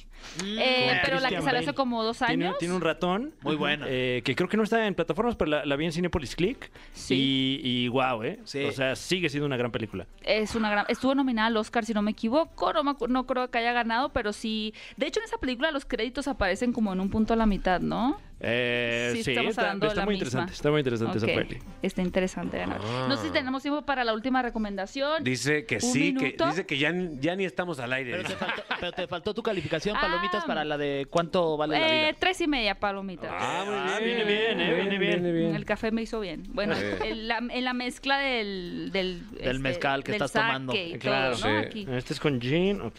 [SPEAKER 9] Eh,
[SPEAKER 3] con
[SPEAKER 9] pero la que
[SPEAKER 3] Christian
[SPEAKER 9] salió
[SPEAKER 3] Bale.
[SPEAKER 9] hace como dos
[SPEAKER 3] Tiene,
[SPEAKER 9] años.
[SPEAKER 3] tiene un ratón.
[SPEAKER 2] Muy buena.
[SPEAKER 3] eh, que creo que no está en plataformas, pero la, la vi en Cinepolis Click.
[SPEAKER 9] Sí.
[SPEAKER 3] Y, y wow, ¿eh?
[SPEAKER 2] Sí.
[SPEAKER 3] O sea, sigue siendo una gran película.
[SPEAKER 9] Es una gran... Estuvo nominada al Oscar, si no me equivoco. No, me acu- no creo que haya ganado, pero sí... De hecho, en esa película los créditos aparecen como en un punto a la mitad, ¿no?
[SPEAKER 3] Eh,
[SPEAKER 9] Sí, estamos
[SPEAKER 3] está,
[SPEAKER 9] hablando de
[SPEAKER 3] está
[SPEAKER 9] la
[SPEAKER 3] muy
[SPEAKER 9] misma.
[SPEAKER 3] interesante. Está muy interesante
[SPEAKER 9] Ok,
[SPEAKER 3] esa peli.
[SPEAKER 9] Está interesante. Ana. No sé si tenemos tiempo para la última recomendación.
[SPEAKER 1] Dice que
[SPEAKER 9] ¿Un
[SPEAKER 1] sí, que
[SPEAKER 9] minuto?
[SPEAKER 1] dice que ya, ni- ya ni estamos al aire.
[SPEAKER 2] Pero te,
[SPEAKER 1] dice.
[SPEAKER 2] faltó, pero te faltó tu calificación,
[SPEAKER 9] Ah.
[SPEAKER 2] palomitas, para la de cuánto vale la
[SPEAKER 9] Eh,
[SPEAKER 2] vida.
[SPEAKER 9] tres y media palomitas.
[SPEAKER 1] Ah, muy
[SPEAKER 3] viene bien, eh, viene bien.
[SPEAKER 9] El café me hizo bien. Bueno, en la, en la mezcla del... Del,
[SPEAKER 2] mezcal que estás
[SPEAKER 9] sake
[SPEAKER 2] tomando.
[SPEAKER 9] y todo,
[SPEAKER 2] Claro,
[SPEAKER 9] ¿no?
[SPEAKER 1] sí.
[SPEAKER 9] Aquí.
[SPEAKER 3] Este es con Jean. ok.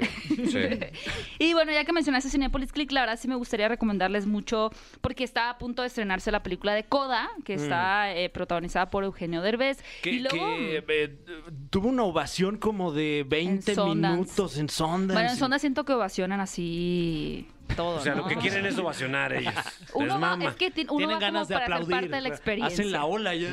[SPEAKER 9] Y bueno, ya que mencionaste Cinepolis Click, la verdad sí me gustaría recomendarles mucho porque está a punto de estrenarse la película de Coda, que está eh, protagonizada por Eugenio Derbez.
[SPEAKER 3] Que,
[SPEAKER 9] y luego, mm,
[SPEAKER 3] que, eh, tuvo una ovación como de 20
[SPEAKER 9] En Sundance.
[SPEAKER 3] minutos en Sundance.
[SPEAKER 9] bueno, en Sonda siento que ovacionan así todo.
[SPEAKER 1] O sea, lo
[SPEAKER 9] ¿no?
[SPEAKER 1] que quieren es ovacionar ellos. Les
[SPEAKER 9] Uno va,
[SPEAKER 1] mama.
[SPEAKER 9] es que ti- uno
[SPEAKER 2] Tienen
[SPEAKER 9] va
[SPEAKER 2] ganas
[SPEAKER 9] como
[SPEAKER 2] de
[SPEAKER 9] para
[SPEAKER 2] aplaudir.
[SPEAKER 9] ser parte de la experiencia.
[SPEAKER 2] Hacen la ola ya.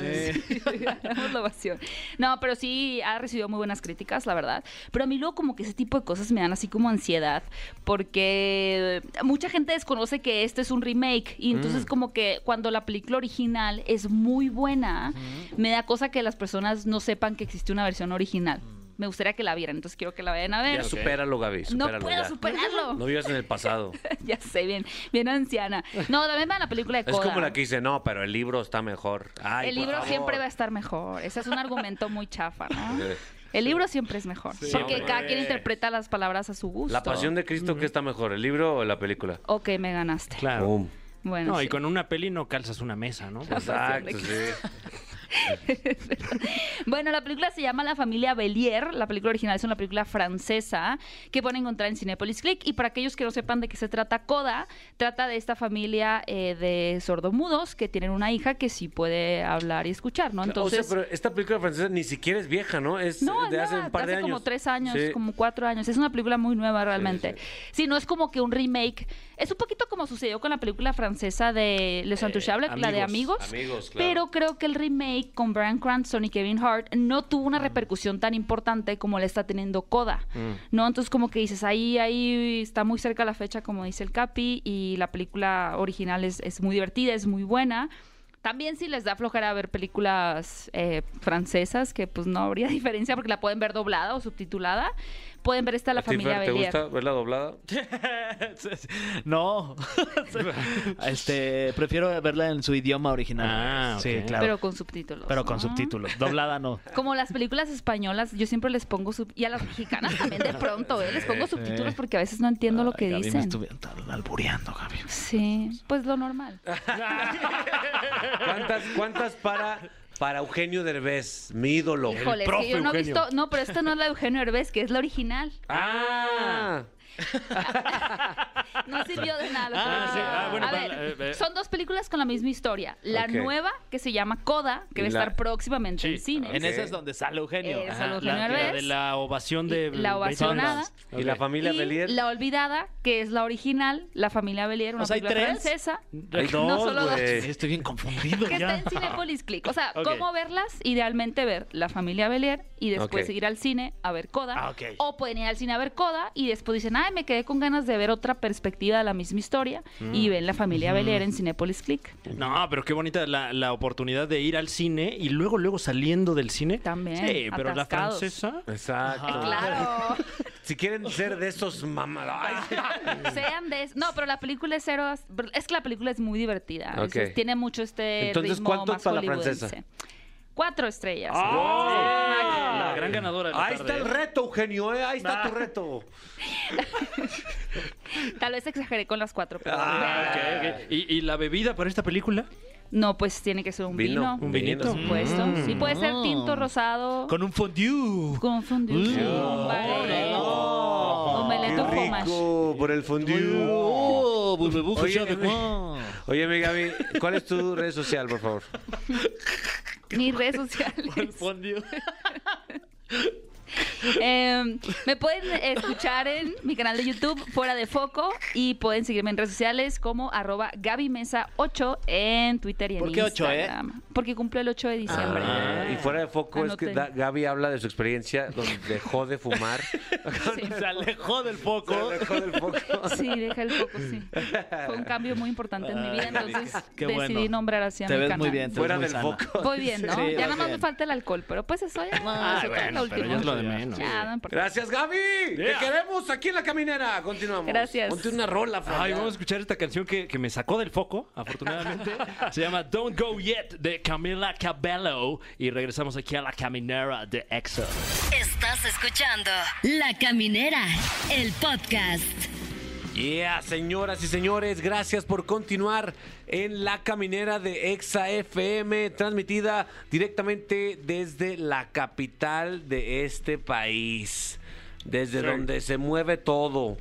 [SPEAKER 9] Ganamos la ovación. No, pero sí ha recibido muy buenas críticas, la verdad. Pero a mí luego como que ese tipo de cosas me dan así como ansiedad, porque mucha gente desconoce que este es un remake y
[SPEAKER 1] Mm.
[SPEAKER 9] entonces como que cuando la película original es muy buena, me da cosa que las personas no sepan que existe una versión original. Me gustaría que la vieran, entonces quiero que la vayan a ver.
[SPEAKER 1] Ya supéralo, Gaby.
[SPEAKER 9] No
[SPEAKER 1] Supéralo,
[SPEAKER 9] puedo
[SPEAKER 1] Mm. ya.
[SPEAKER 9] superarlo.
[SPEAKER 1] No vivas en el pasado.
[SPEAKER 9] ya sé, bien, bien anciana. No, también va la película de
[SPEAKER 1] Es
[SPEAKER 9] Coda.
[SPEAKER 1] como la que dice, no, pero el libro está mejor. Ay,
[SPEAKER 9] el
[SPEAKER 1] por
[SPEAKER 9] libro
[SPEAKER 1] favor.
[SPEAKER 9] siempre va a estar mejor. Ese es un argumento muy chafa, ¿no?
[SPEAKER 1] Sí.
[SPEAKER 9] El libro siempre es mejor. porque
[SPEAKER 1] hombre.
[SPEAKER 9] cada quien interpreta las palabras a su gusto.
[SPEAKER 1] La pasión de Cristo, ¿qué está mejor? ¿El libro o la película?
[SPEAKER 9] Ok, me ganaste.
[SPEAKER 1] Oh,
[SPEAKER 3] Claro.
[SPEAKER 1] Boom.
[SPEAKER 9] Bueno.
[SPEAKER 3] No, y
[SPEAKER 9] sí.
[SPEAKER 3] con una peli no calzas una mesa, ¿no?
[SPEAKER 1] Exacto,
[SPEAKER 9] de
[SPEAKER 1] sí.
[SPEAKER 9] Bueno, la película se llama La familia Belier. La película original es una película francesa que pueden encontrar en Cinepolis Click. Y para aquellos que no sepan de qué se trata, Coda trata de esta familia eh, de sordomudos que tienen una hija que sí puede hablar y escuchar, ¿no? Entonces.
[SPEAKER 1] o sea, pero esta película francesa ni siquiera es vieja, ¿no? Es
[SPEAKER 9] No, es
[SPEAKER 1] de hace
[SPEAKER 9] nueva,
[SPEAKER 1] un par de
[SPEAKER 9] hace
[SPEAKER 1] años.
[SPEAKER 9] como tres años,
[SPEAKER 1] Sí.
[SPEAKER 9] como cuatro años. Es una película muy nueva realmente. Sí, no es como que un remake. Es un poquito como sucedió con la película francesa de Les Intouchables, la de
[SPEAKER 1] Eh, Amigos,
[SPEAKER 9] Amigos.
[SPEAKER 1] Amigos, claro.
[SPEAKER 9] Pero creo que el remake con Bryan Cranston y Kevin Hart no tuvo una repercusión tan importante como la está teniendo Coda.
[SPEAKER 1] Mm.
[SPEAKER 9] ¿No? Entonces como que dices, ahí, ahí está muy cerca la fecha, como dice el Capi, y la película original es, es muy divertida, es muy buena. También si les da flojera ver películas eh, francesas, que pues no habría diferencia porque la pueden ver doblada o subtitulada, pueden ver esta La
[SPEAKER 1] ¿A ti,
[SPEAKER 9] Familia
[SPEAKER 1] Fer, ¿Te
[SPEAKER 9] Belier.
[SPEAKER 1] gusta verla doblada?
[SPEAKER 2] No. este, prefiero verla en su idioma original.
[SPEAKER 3] Ah,
[SPEAKER 2] Sí,
[SPEAKER 3] ok.
[SPEAKER 2] claro.
[SPEAKER 9] Pero con subtítulos.
[SPEAKER 2] Pero con
[SPEAKER 9] ¿no?
[SPEAKER 2] subtítulos. Doblada no.
[SPEAKER 9] Como las películas españolas, yo siempre les pongo sub- y a las mexicanas también de pronto, ¿eh? les pongo subtítulos porque a veces no entiendo lo que
[SPEAKER 2] Gaby, me
[SPEAKER 9] dicen.
[SPEAKER 2] estuvieron tan albureando, Gaby.
[SPEAKER 9] Sí, pues lo normal.
[SPEAKER 1] ¿Cuántas, cuántas para, para Eugenio Derbez, mi ídolo?
[SPEAKER 9] Híjole, es que yo no he visto, no, pero esta no es la de Eugenio Herbes, que es la original.
[SPEAKER 1] Ah,
[SPEAKER 9] No sirvió de nada. lo que
[SPEAKER 3] Ah,
[SPEAKER 9] hice.
[SPEAKER 3] sí. Ah, bueno,
[SPEAKER 9] a
[SPEAKER 3] para
[SPEAKER 9] ver,
[SPEAKER 3] la- eh, eh.
[SPEAKER 9] son dos películas con la misma historia. La
[SPEAKER 1] Ok.
[SPEAKER 9] nueva, que se llama Coda, que va a
[SPEAKER 1] Y la-
[SPEAKER 9] estar próximamente en cine.
[SPEAKER 2] En esa es donde sale Eugenio.
[SPEAKER 9] Eh,
[SPEAKER 2] Ajá.
[SPEAKER 9] sale Eugenio
[SPEAKER 3] La, la
[SPEAKER 9] Derbez.
[SPEAKER 3] de la ovación de.
[SPEAKER 9] Y la ovacionada.
[SPEAKER 1] ¿Y la familia
[SPEAKER 9] y
[SPEAKER 1] Belier?
[SPEAKER 9] La olvidada, que es la original, la familia Belier, una
[SPEAKER 2] O sea, ¿hay
[SPEAKER 9] película
[SPEAKER 2] tres?
[SPEAKER 9] francesa.
[SPEAKER 1] Hay
[SPEAKER 9] No
[SPEAKER 1] dos,
[SPEAKER 9] solo dos.
[SPEAKER 1] güey.
[SPEAKER 2] Estoy bien confundido
[SPEAKER 9] Que está
[SPEAKER 2] ya.
[SPEAKER 9] en Cinepolis Click. O sea,
[SPEAKER 2] Ok.
[SPEAKER 9] cómo verlas, idealmente ver La Familia Belier y después
[SPEAKER 1] Ok.
[SPEAKER 9] ir al cine a ver Coda.
[SPEAKER 2] Ah, ok.
[SPEAKER 9] O pueden ir al cine a ver Coda y después dicen, ay, me quedé con ganas de ver otra perspectiva de la misma historia
[SPEAKER 1] Mm.
[SPEAKER 9] y ven La Familia Belier en Cinepolis Click.
[SPEAKER 3] No, pero qué bonita la, la oportunidad de ir al cine y luego, luego saliendo del cine.
[SPEAKER 9] También,
[SPEAKER 3] Sí, pero la
[SPEAKER 9] atascados.
[SPEAKER 3] francesa.
[SPEAKER 1] exacto.
[SPEAKER 9] Claro.
[SPEAKER 1] Si quieren ser de esos mamadas.
[SPEAKER 9] Sean de... No, pero la película es cero... Es que la película es muy divertida. Entonces,
[SPEAKER 1] Ok.
[SPEAKER 9] tiene mucho este
[SPEAKER 1] Entonces,
[SPEAKER 9] ritmo
[SPEAKER 1] ¿cuántos
[SPEAKER 9] más
[SPEAKER 1] para la francesa? Ah.
[SPEAKER 9] hollywoodense. Cuatro estrellas.
[SPEAKER 3] La gran ganadora de la
[SPEAKER 1] Ahí
[SPEAKER 3] tarde.
[SPEAKER 1] está el reto, Eugenio, ¿eh? ahí está
[SPEAKER 9] Ah.
[SPEAKER 1] tu reto.
[SPEAKER 9] Tal vez exageré con las cuatro. pero-
[SPEAKER 3] Ah, ok, ok. ¿Y, y la bebida para esta película?
[SPEAKER 9] No, pues tiene que ser un
[SPEAKER 1] Ah.
[SPEAKER 9] pues.
[SPEAKER 1] Vino.
[SPEAKER 9] vino.
[SPEAKER 1] Un
[SPEAKER 9] Por
[SPEAKER 1] vinito.
[SPEAKER 9] supuesto. Sí, puede ser
[SPEAKER 2] Mm.
[SPEAKER 9] tinto rosado.
[SPEAKER 2] Con un fondue.
[SPEAKER 9] Con fondue. Con baré. Omelette au
[SPEAKER 1] Qué
[SPEAKER 9] fromage.
[SPEAKER 1] rico por el fondue.
[SPEAKER 2] Oh, pues me busco
[SPEAKER 1] Oye,
[SPEAKER 2] ya de-
[SPEAKER 1] Gaby.
[SPEAKER 2] Oh.
[SPEAKER 1] Oye, mi Gaby, ¿cuál es tu red social, por favor?
[SPEAKER 9] Mis redes sociales. Em, me pueden escuchar en mi canal de YouTube, Fuera de Foco, y pueden seguirme en redes sociales como arroba Gaby Mesa 8 en Twitter y en
[SPEAKER 2] ¿Por qué ocho, eh?
[SPEAKER 9] Instagram. Porque cumplió el 8 de diciembre.
[SPEAKER 1] Ah, y fuera de foco es que
[SPEAKER 9] Anoten.
[SPEAKER 1] Da- Gaby habla de su experiencia donde dejó de fumar.
[SPEAKER 2] Se alejó del foco.
[SPEAKER 1] dejó del foco.
[SPEAKER 9] Sí, deja el foco, sí. Fue un cambio muy importante en mi vida, entonces
[SPEAKER 2] Ah, Qué bueno.
[SPEAKER 9] decidí nombrar así a
[SPEAKER 2] Te
[SPEAKER 9] mi
[SPEAKER 2] ves
[SPEAKER 9] canal.
[SPEAKER 2] muy bien. te ves
[SPEAKER 1] Fuera
[SPEAKER 2] muy
[SPEAKER 1] del
[SPEAKER 2] sana.
[SPEAKER 1] foco.
[SPEAKER 9] Voy bien, ¿no?
[SPEAKER 2] Sí, vas
[SPEAKER 9] ya nada más me
[SPEAKER 2] bien.
[SPEAKER 9] falta el alcohol, pero pues eso ya.
[SPEAKER 2] Ah,
[SPEAKER 9] eso ya es lo
[SPEAKER 2] bueno, pero
[SPEAKER 9] último.
[SPEAKER 2] ya es lo de menos.
[SPEAKER 9] Ya, no importa.
[SPEAKER 1] Gracias, Gaby. Te queremos aquí en la caminera. Continuamos.
[SPEAKER 9] Gracias.
[SPEAKER 1] Ponte una rola, Fran.
[SPEAKER 3] Ay, vamos a escuchar esta canción que, que me sacó del foco, afortunadamente. Se llama Don't Go Yet de Camila Cabello. Y regresamos aquí a la caminera de EXO.
[SPEAKER 4] Estás escuchando La Caminera, el podcast.
[SPEAKER 1] Yeah, señoras y señores, gracias por continuar en la caminera de Exa FM, transmitida directamente desde la capital de este país, desde donde se mueve todo.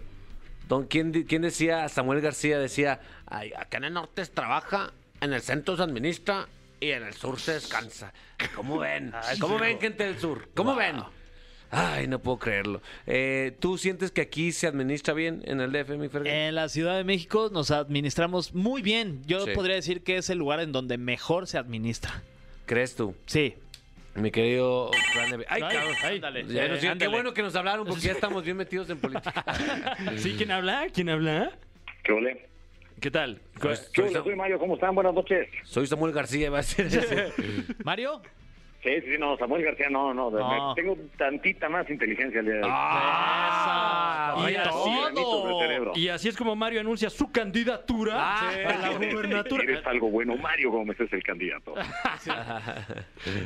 [SPEAKER 1] Don, ¿quién, di- quién decía? Samuel García decía, "Ay, acá en el norte se trabaja, en el centro se administra y en el sur se descansa. ¿Cómo ven? ¿Cómo ven, gente del sur? ¿Cómo ven? Ay, no puedo creerlo. Eh, ¿Tú sientes que aquí se administra bien en el DF, mi Fergay?
[SPEAKER 3] Eh.
[SPEAKER 2] En la Ciudad de México nos administramos muy bien. Yo
[SPEAKER 1] Sí.
[SPEAKER 2] podría decir que es el lugar en donde mejor se administra.
[SPEAKER 1] ¿Crees tú?
[SPEAKER 2] Sí.
[SPEAKER 1] Mi querido Fran Evia- Ay,
[SPEAKER 3] Ay,
[SPEAKER 1] cabrón.
[SPEAKER 3] ay,
[SPEAKER 1] Ya
[SPEAKER 3] ándale. Eh,
[SPEAKER 1] nos dijeron, qué
[SPEAKER 3] Ándale. Pues,
[SPEAKER 1] bueno que nos hablaron porque ya estamos bien metidos en política.
[SPEAKER 3] ¿Sí? ¿Quién habla? ¿Quién habla?
[SPEAKER 5] ¿Qué ole?
[SPEAKER 3] ¿Qué tal?
[SPEAKER 5] ¿Qué ole? Soy Mario, ¿cómo están? Buenas noches.
[SPEAKER 1] Pues, Soy Samuel García, va a ser ese.
[SPEAKER 2] Mario,
[SPEAKER 5] Sí, sí, no, Samuel García, no, no. de-
[SPEAKER 2] Ah.
[SPEAKER 5] me- Tengo tantita más inteligencia el día de hoy.
[SPEAKER 1] Ah,
[SPEAKER 3] Eso. Y
[SPEAKER 5] Ay, todo.
[SPEAKER 3] así,
[SPEAKER 5] cerebro.
[SPEAKER 3] y así es como Mario anuncia su candidatura a la
[SPEAKER 5] Eres
[SPEAKER 3] gubernatura.
[SPEAKER 5] algo bueno, Mario Gómez es el candidato.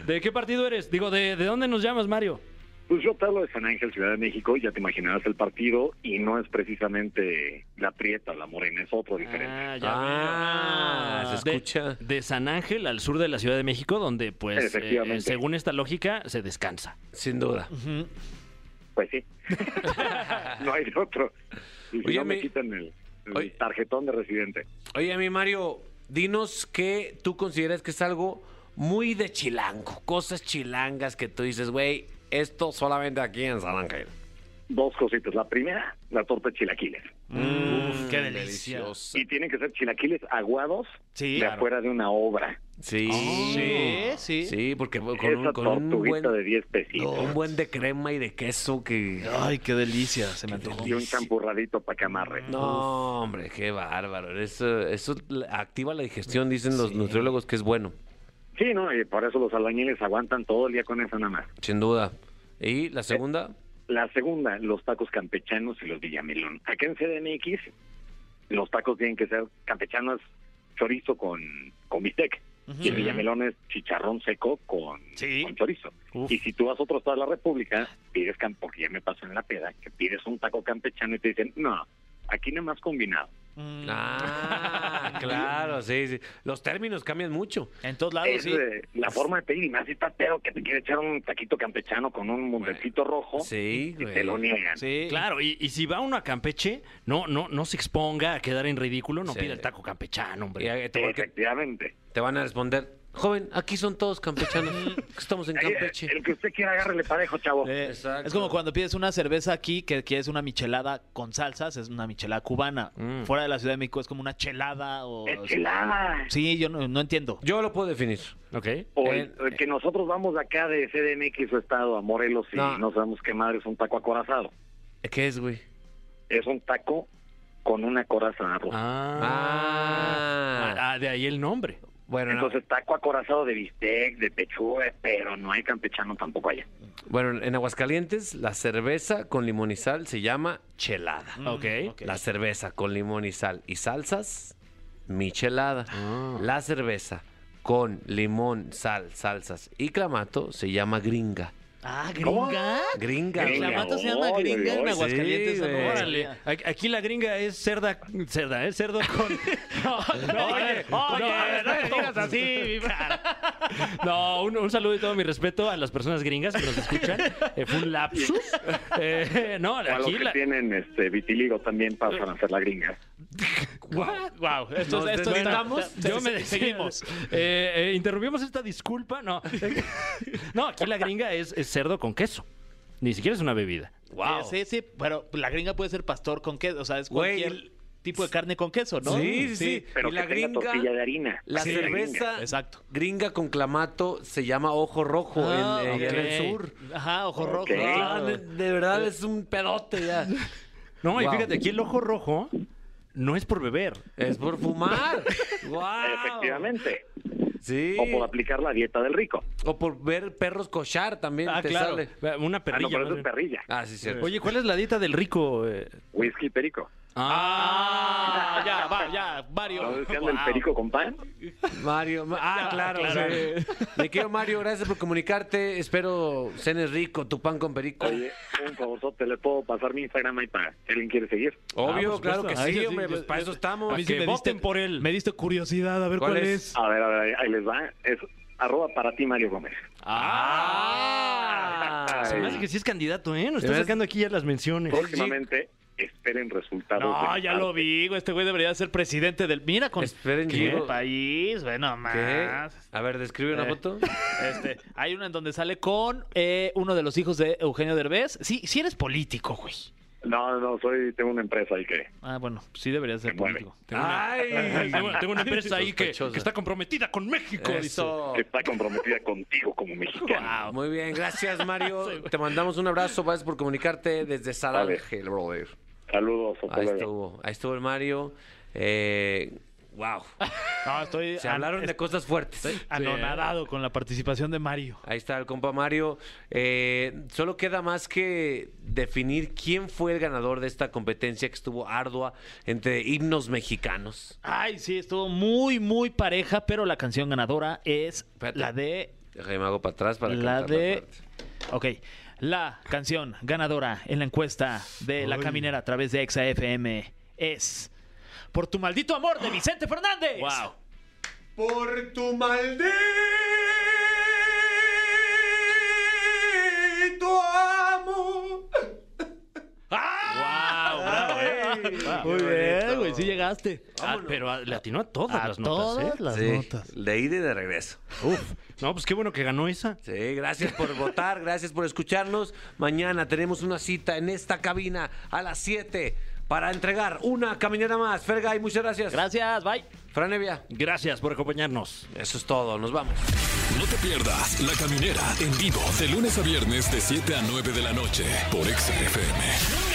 [SPEAKER 3] ¿De qué partido eres? Digo, ¿de, de dónde nos llamas, Mario?
[SPEAKER 11] Pues yo te hablo de San Ángel, Ciudad de México, ya te imaginarás el partido, y no es precisamente la prieta, la morena, es otro diferente.
[SPEAKER 3] Ah, ya
[SPEAKER 1] Ah,
[SPEAKER 3] veo. De- De, San Ángel al sur de la Ciudad de México, donde, pues, eh,
[SPEAKER 11] Efectivamente.
[SPEAKER 3] según esta lógica, se descansa.
[SPEAKER 1] Sin duda.
[SPEAKER 11] Pues sí. no hay de otro. Y si
[SPEAKER 1] Oye,
[SPEAKER 11] no me
[SPEAKER 1] mi-
[SPEAKER 11] quitan el, el tarjetón de residente.
[SPEAKER 1] Oye, mi Mario, dinos qué tú consideras que es algo muy de chilango, cosas chilangas que tú dices, güey, esto solamente aquí en San Ángel.
[SPEAKER 11] Dos cositas. La primera, la torta de chilaquiles.
[SPEAKER 1] Uf,
[SPEAKER 2] Mm, qué delicia. deliciosa.
[SPEAKER 11] Y tienen que ser chilaquiles aguados
[SPEAKER 2] Sí,
[SPEAKER 11] de
[SPEAKER 2] claro.
[SPEAKER 11] afuera de una obra.
[SPEAKER 1] Sí,
[SPEAKER 2] Sí, sí.
[SPEAKER 1] Sí, porque con
[SPEAKER 11] Oh, Esa
[SPEAKER 1] un, con un buen,
[SPEAKER 11] tortuguita de 10 pesitos.
[SPEAKER 1] un buen de crema y de queso que...
[SPEAKER 2] Ay, qué delicia, se me antojó.
[SPEAKER 11] Y un champurradito para que amarre.
[SPEAKER 1] No, hombre, qué bárbaro. Eso, eso la- activa la digestión, dicen los nutriólogos que es bueno,
[SPEAKER 11] Sí, no, y por eso los albañiles aguantan todo el día con eso nada más.
[SPEAKER 1] sin duda. ¿Y la segunda?
[SPEAKER 11] La segunda, los tacos campechanos y los villamelón. Acá en CDMX, los tacos tienen que ser campechanos chorizo con, con bistec. Y el villamelón es chicharrón seco con, con chorizo. Y si tú vas a otro estado de la República, pides, cam- porque ya me pasó en la peda, que pides un taco campechano y te dicen, no, aquí nada más combinado.
[SPEAKER 2] Mm, Eh.
[SPEAKER 1] Ah, claro, sí, sí. Los términos cambian mucho.
[SPEAKER 2] En todos
[SPEAKER 11] Es, eh, la forma de pedir, y más si está pedo que te quiere echar un taquito campechano con un mondecito rojo,
[SPEAKER 1] Sí,
[SPEAKER 11] y te lo niegan.
[SPEAKER 3] Claro, y, y si va uno a Campeche, no, no, no se exponga a quedar en ridículo, no
[SPEAKER 1] Sí.
[SPEAKER 3] pida el taco campechano,
[SPEAKER 1] Y,
[SPEAKER 3] hombre.
[SPEAKER 1] eh, te- porque
[SPEAKER 11] Efectivamente.
[SPEAKER 1] te van a responder, joven, aquí son todos campechanos. Estamos en
[SPEAKER 11] Ahí, eh,
[SPEAKER 1] Campeche.
[SPEAKER 11] El que usted quiera agárrele parejo, chavo.
[SPEAKER 1] Exacto.
[SPEAKER 2] Eh, Es como cuando pides una cerveza aquí, que quieres una michelada con salsas, es una michelada cubana. Fuera de la Ciudad de México es como una chelada o...
[SPEAKER 11] Es chelada.
[SPEAKER 2] Sí, yo no, no entiendo.
[SPEAKER 1] Yo lo puedo definir.
[SPEAKER 3] Ok.
[SPEAKER 11] O
[SPEAKER 1] eh,
[SPEAKER 11] el, el eh, que nosotros vamos de acá de CDMX o estado a Morelos y
[SPEAKER 1] No. ¿Eh,
[SPEAKER 11] no, sabemos qué madre es un taco acorazado.
[SPEAKER 1] ¿Qué es, güey?
[SPEAKER 11] Es un taco con una coraza roja.
[SPEAKER 1] Ah.
[SPEAKER 3] Ah, de ahí el nombre.
[SPEAKER 1] Bueno, no.
[SPEAKER 11] Entonces, taco acorazado de bistec, de pechuga, pero no hay campechano tampoco allá.
[SPEAKER 1] bueno, en Aguascalientes la cerveza con limón y sal se llama chelada.
[SPEAKER 2] Mm,
[SPEAKER 3] Ok.
[SPEAKER 1] La cerveza con limón y sal y salsas, michelada. La cerveza con limón, sal, salsas y clamato se llama gringa.
[SPEAKER 2] Ah, gringa. oh.
[SPEAKER 1] Gringa.
[SPEAKER 2] El
[SPEAKER 1] güey.
[SPEAKER 2] clamato se llama
[SPEAKER 11] Oy,
[SPEAKER 2] gringa
[SPEAKER 11] oy,
[SPEAKER 2] en
[SPEAKER 11] oy.
[SPEAKER 2] Aguascalientes.
[SPEAKER 1] Sí,
[SPEAKER 2] no,
[SPEAKER 1] güey.
[SPEAKER 3] Órale,
[SPEAKER 2] órale.
[SPEAKER 3] a- aquí la gringa es cerda, cerda, ¿eh? Cerdo con... No, no,
[SPEAKER 1] Oye, oye,
[SPEAKER 3] a
[SPEAKER 1] no me
[SPEAKER 3] no.
[SPEAKER 1] digas así,
[SPEAKER 3] No, un, un saludo y todo mi respeto a las personas gringas que nos escuchan. Eh, fue un lapsus. Eh, no,
[SPEAKER 11] O a los
[SPEAKER 3] aquí
[SPEAKER 11] que
[SPEAKER 3] la...
[SPEAKER 11] tienen este vitiligo también
[SPEAKER 1] Eh,
[SPEAKER 11] pasan a ser la gringa.
[SPEAKER 3] Wow, esto,
[SPEAKER 1] Nos
[SPEAKER 3] esto está-
[SPEAKER 1] desvendamos.
[SPEAKER 3] Ah. Yo me seguimos. Eh, eh, Interrumpimos esta disculpa. No, no, aquí la gringa es, es cerdo con queso. Ni siquiera es una bebida.
[SPEAKER 2] Eh, sí, sí, pero la gringa puede ser pastor con queso. O sea, es
[SPEAKER 1] Güey,
[SPEAKER 2] cualquier tipo de carne con queso, ¿no?
[SPEAKER 1] Sí, sí, sí.
[SPEAKER 11] Pero
[SPEAKER 1] Y
[SPEAKER 11] que tenga tortilla de harina.
[SPEAKER 1] La
[SPEAKER 11] Sí,
[SPEAKER 1] cerveza
[SPEAKER 11] gringa.
[SPEAKER 1] gringa.
[SPEAKER 2] Exacto.
[SPEAKER 1] con clamato se llama Ojo Rojo
[SPEAKER 2] Ah,
[SPEAKER 1] en, en
[SPEAKER 2] ok.
[SPEAKER 1] el sur.
[SPEAKER 2] Ajá, ojo rojo.
[SPEAKER 11] Ok.
[SPEAKER 1] Ah,
[SPEAKER 2] claro.
[SPEAKER 1] de, de verdad es un pedote ya.
[SPEAKER 3] No, y
[SPEAKER 1] Wow.
[SPEAKER 3] fíjate, aquí el ojo rojo no es por beber.
[SPEAKER 1] Es por fumar. ¡Guau!
[SPEAKER 11] Efectivamente.
[SPEAKER 1] Ah, Sí.
[SPEAKER 11] O por aplicar la dieta del rico. Ah,
[SPEAKER 1] O por ver perros cochar también
[SPEAKER 3] Ah,
[SPEAKER 1] te
[SPEAKER 3] claro.
[SPEAKER 1] sale.
[SPEAKER 3] Una
[SPEAKER 11] Ah, no,
[SPEAKER 3] perrilla.
[SPEAKER 11] pero
[SPEAKER 3] más
[SPEAKER 11] eso es
[SPEAKER 3] bien.
[SPEAKER 11] perrilla.
[SPEAKER 1] Ah, sí, cierto.
[SPEAKER 3] Oye, ¿cuál es la dieta del rico? eh?
[SPEAKER 11] Whisky perico.
[SPEAKER 2] Ah, ya, va, ya, Mario.
[SPEAKER 11] ¿No decían
[SPEAKER 2] Wow.
[SPEAKER 11] del perico con pan?
[SPEAKER 1] Mario. ma- Ah, claro.
[SPEAKER 3] claro.
[SPEAKER 1] sí. Me quiero, Mario. Gracias por comunicarte. Espero cenes rico, tu pan con perico.
[SPEAKER 3] Ah,
[SPEAKER 11] Oye, un favor, te le puedo pasar mi Instagram ahí para si alguien quiere seguir.
[SPEAKER 1] Obvio,
[SPEAKER 3] Ah, por
[SPEAKER 1] claro
[SPEAKER 3] supuesto.
[SPEAKER 1] que
[SPEAKER 3] Ah,
[SPEAKER 1] sí,
[SPEAKER 3] eso sí,
[SPEAKER 1] hombre.
[SPEAKER 3] pues,
[SPEAKER 1] Pues para eso estamos.
[SPEAKER 3] A mí sí
[SPEAKER 1] Que
[SPEAKER 3] me
[SPEAKER 1] voten
[SPEAKER 3] diste- por él.
[SPEAKER 2] Me diste curiosidad, a ver
[SPEAKER 1] ¿Cuál
[SPEAKER 2] cuál,
[SPEAKER 1] es?
[SPEAKER 2] es.
[SPEAKER 11] A ver, a ver, ahí- ahí les va. Es arroba para ti, Mario Gómez.
[SPEAKER 1] Ah.
[SPEAKER 3] Se me hace que sí es candidato, ¿eh? Nos
[SPEAKER 1] ¿De
[SPEAKER 3] está
[SPEAKER 1] veras?
[SPEAKER 3] sacando aquí ya las menciones.
[SPEAKER 11] Próximamente esperen resultados.
[SPEAKER 2] No,
[SPEAKER 11] de-
[SPEAKER 2] ya lo vi, güey. Este güey debería ser presidente del. Mira, con
[SPEAKER 1] Esperen,
[SPEAKER 2] ¿Qué
[SPEAKER 1] Diego.
[SPEAKER 2] país, bueno,
[SPEAKER 1] ¿Qué?
[SPEAKER 2] más.
[SPEAKER 1] A ver, describe una
[SPEAKER 2] Eh.
[SPEAKER 1] foto.
[SPEAKER 2] Este, hay una en donde sale con eh, uno de los hijos de Eugenio Derbez. Sí, sí eres político, güey.
[SPEAKER 11] No, no, soy, tengo una empresa ahí que.
[SPEAKER 2] Ah, bueno, sí debería ser
[SPEAKER 11] Me mueve.
[SPEAKER 2] político.
[SPEAKER 1] Ay,
[SPEAKER 3] Tengo, tengo una empresa ahí que,
[SPEAKER 1] Sospechosa.
[SPEAKER 3] que está comprometida con México. dice.
[SPEAKER 1] Eso.
[SPEAKER 11] que está comprometida contigo como mexicano.
[SPEAKER 1] Ah, Muy bien, gracias Mario. Te mandamos un abrazo, gracias por comunicarte desde San
[SPEAKER 11] Vale.
[SPEAKER 1] Ángel, brother.
[SPEAKER 11] Saludos, hasta
[SPEAKER 1] Ahí
[SPEAKER 11] luego.
[SPEAKER 1] estuvo, ahí estuvo el Mario. Eh, wow.
[SPEAKER 2] Ah, No, estoy
[SPEAKER 1] Se hablaron de cosas fuertes.
[SPEAKER 2] anonadado con la participación de Mario.
[SPEAKER 1] Ahí está el compa Mario. Eh, solo queda más que definir quién fue el ganador de esta competencia que estuvo ardua entre himnos mexicanos.
[SPEAKER 2] Ay, sí, estuvo muy, muy pareja, pero la canción ganadora es
[SPEAKER 1] Espérate.
[SPEAKER 2] la de.
[SPEAKER 1] Déjame me hago para atrás para
[SPEAKER 2] la
[SPEAKER 1] cantarla
[SPEAKER 2] de.
[SPEAKER 1] fuerte.
[SPEAKER 2] Ok. La canción ganadora en la encuesta de La
[SPEAKER 3] Ay.
[SPEAKER 2] Caminera a través de Exa FM es Por tu maldito amor de Vicente Fernández. Wow.
[SPEAKER 10] Por tu maldito amo.
[SPEAKER 3] Ah, eh. Muy bien, güey, sí llegaste.
[SPEAKER 1] Vámonos.
[SPEAKER 3] ah, pero a- le atinó a todas
[SPEAKER 2] A
[SPEAKER 3] las notas, ¿eh?
[SPEAKER 2] todas las
[SPEAKER 1] Sí,
[SPEAKER 2] notas.
[SPEAKER 1] De ida y de regreso.
[SPEAKER 3] Uf. No, pues qué bueno que ganó esa.
[SPEAKER 1] Sí, gracias por votar, gracias por escucharnos. Mañana tenemos una cita en esta cabina a las 7 para entregar una caminera más. Fergay, muchas gracias.
[SPEAKER 2] Gracias, bye.
[SPEAKER 1] Franevia,
[SPEAKER 3] Gracias por acompañarnos.
[SPEAKER 1] eso es todo, nos vamos.
[SPEAKER 8] No te pierdas La Caminera en vivo de lunes a viernes de 7 a 9 de la noche por XFM.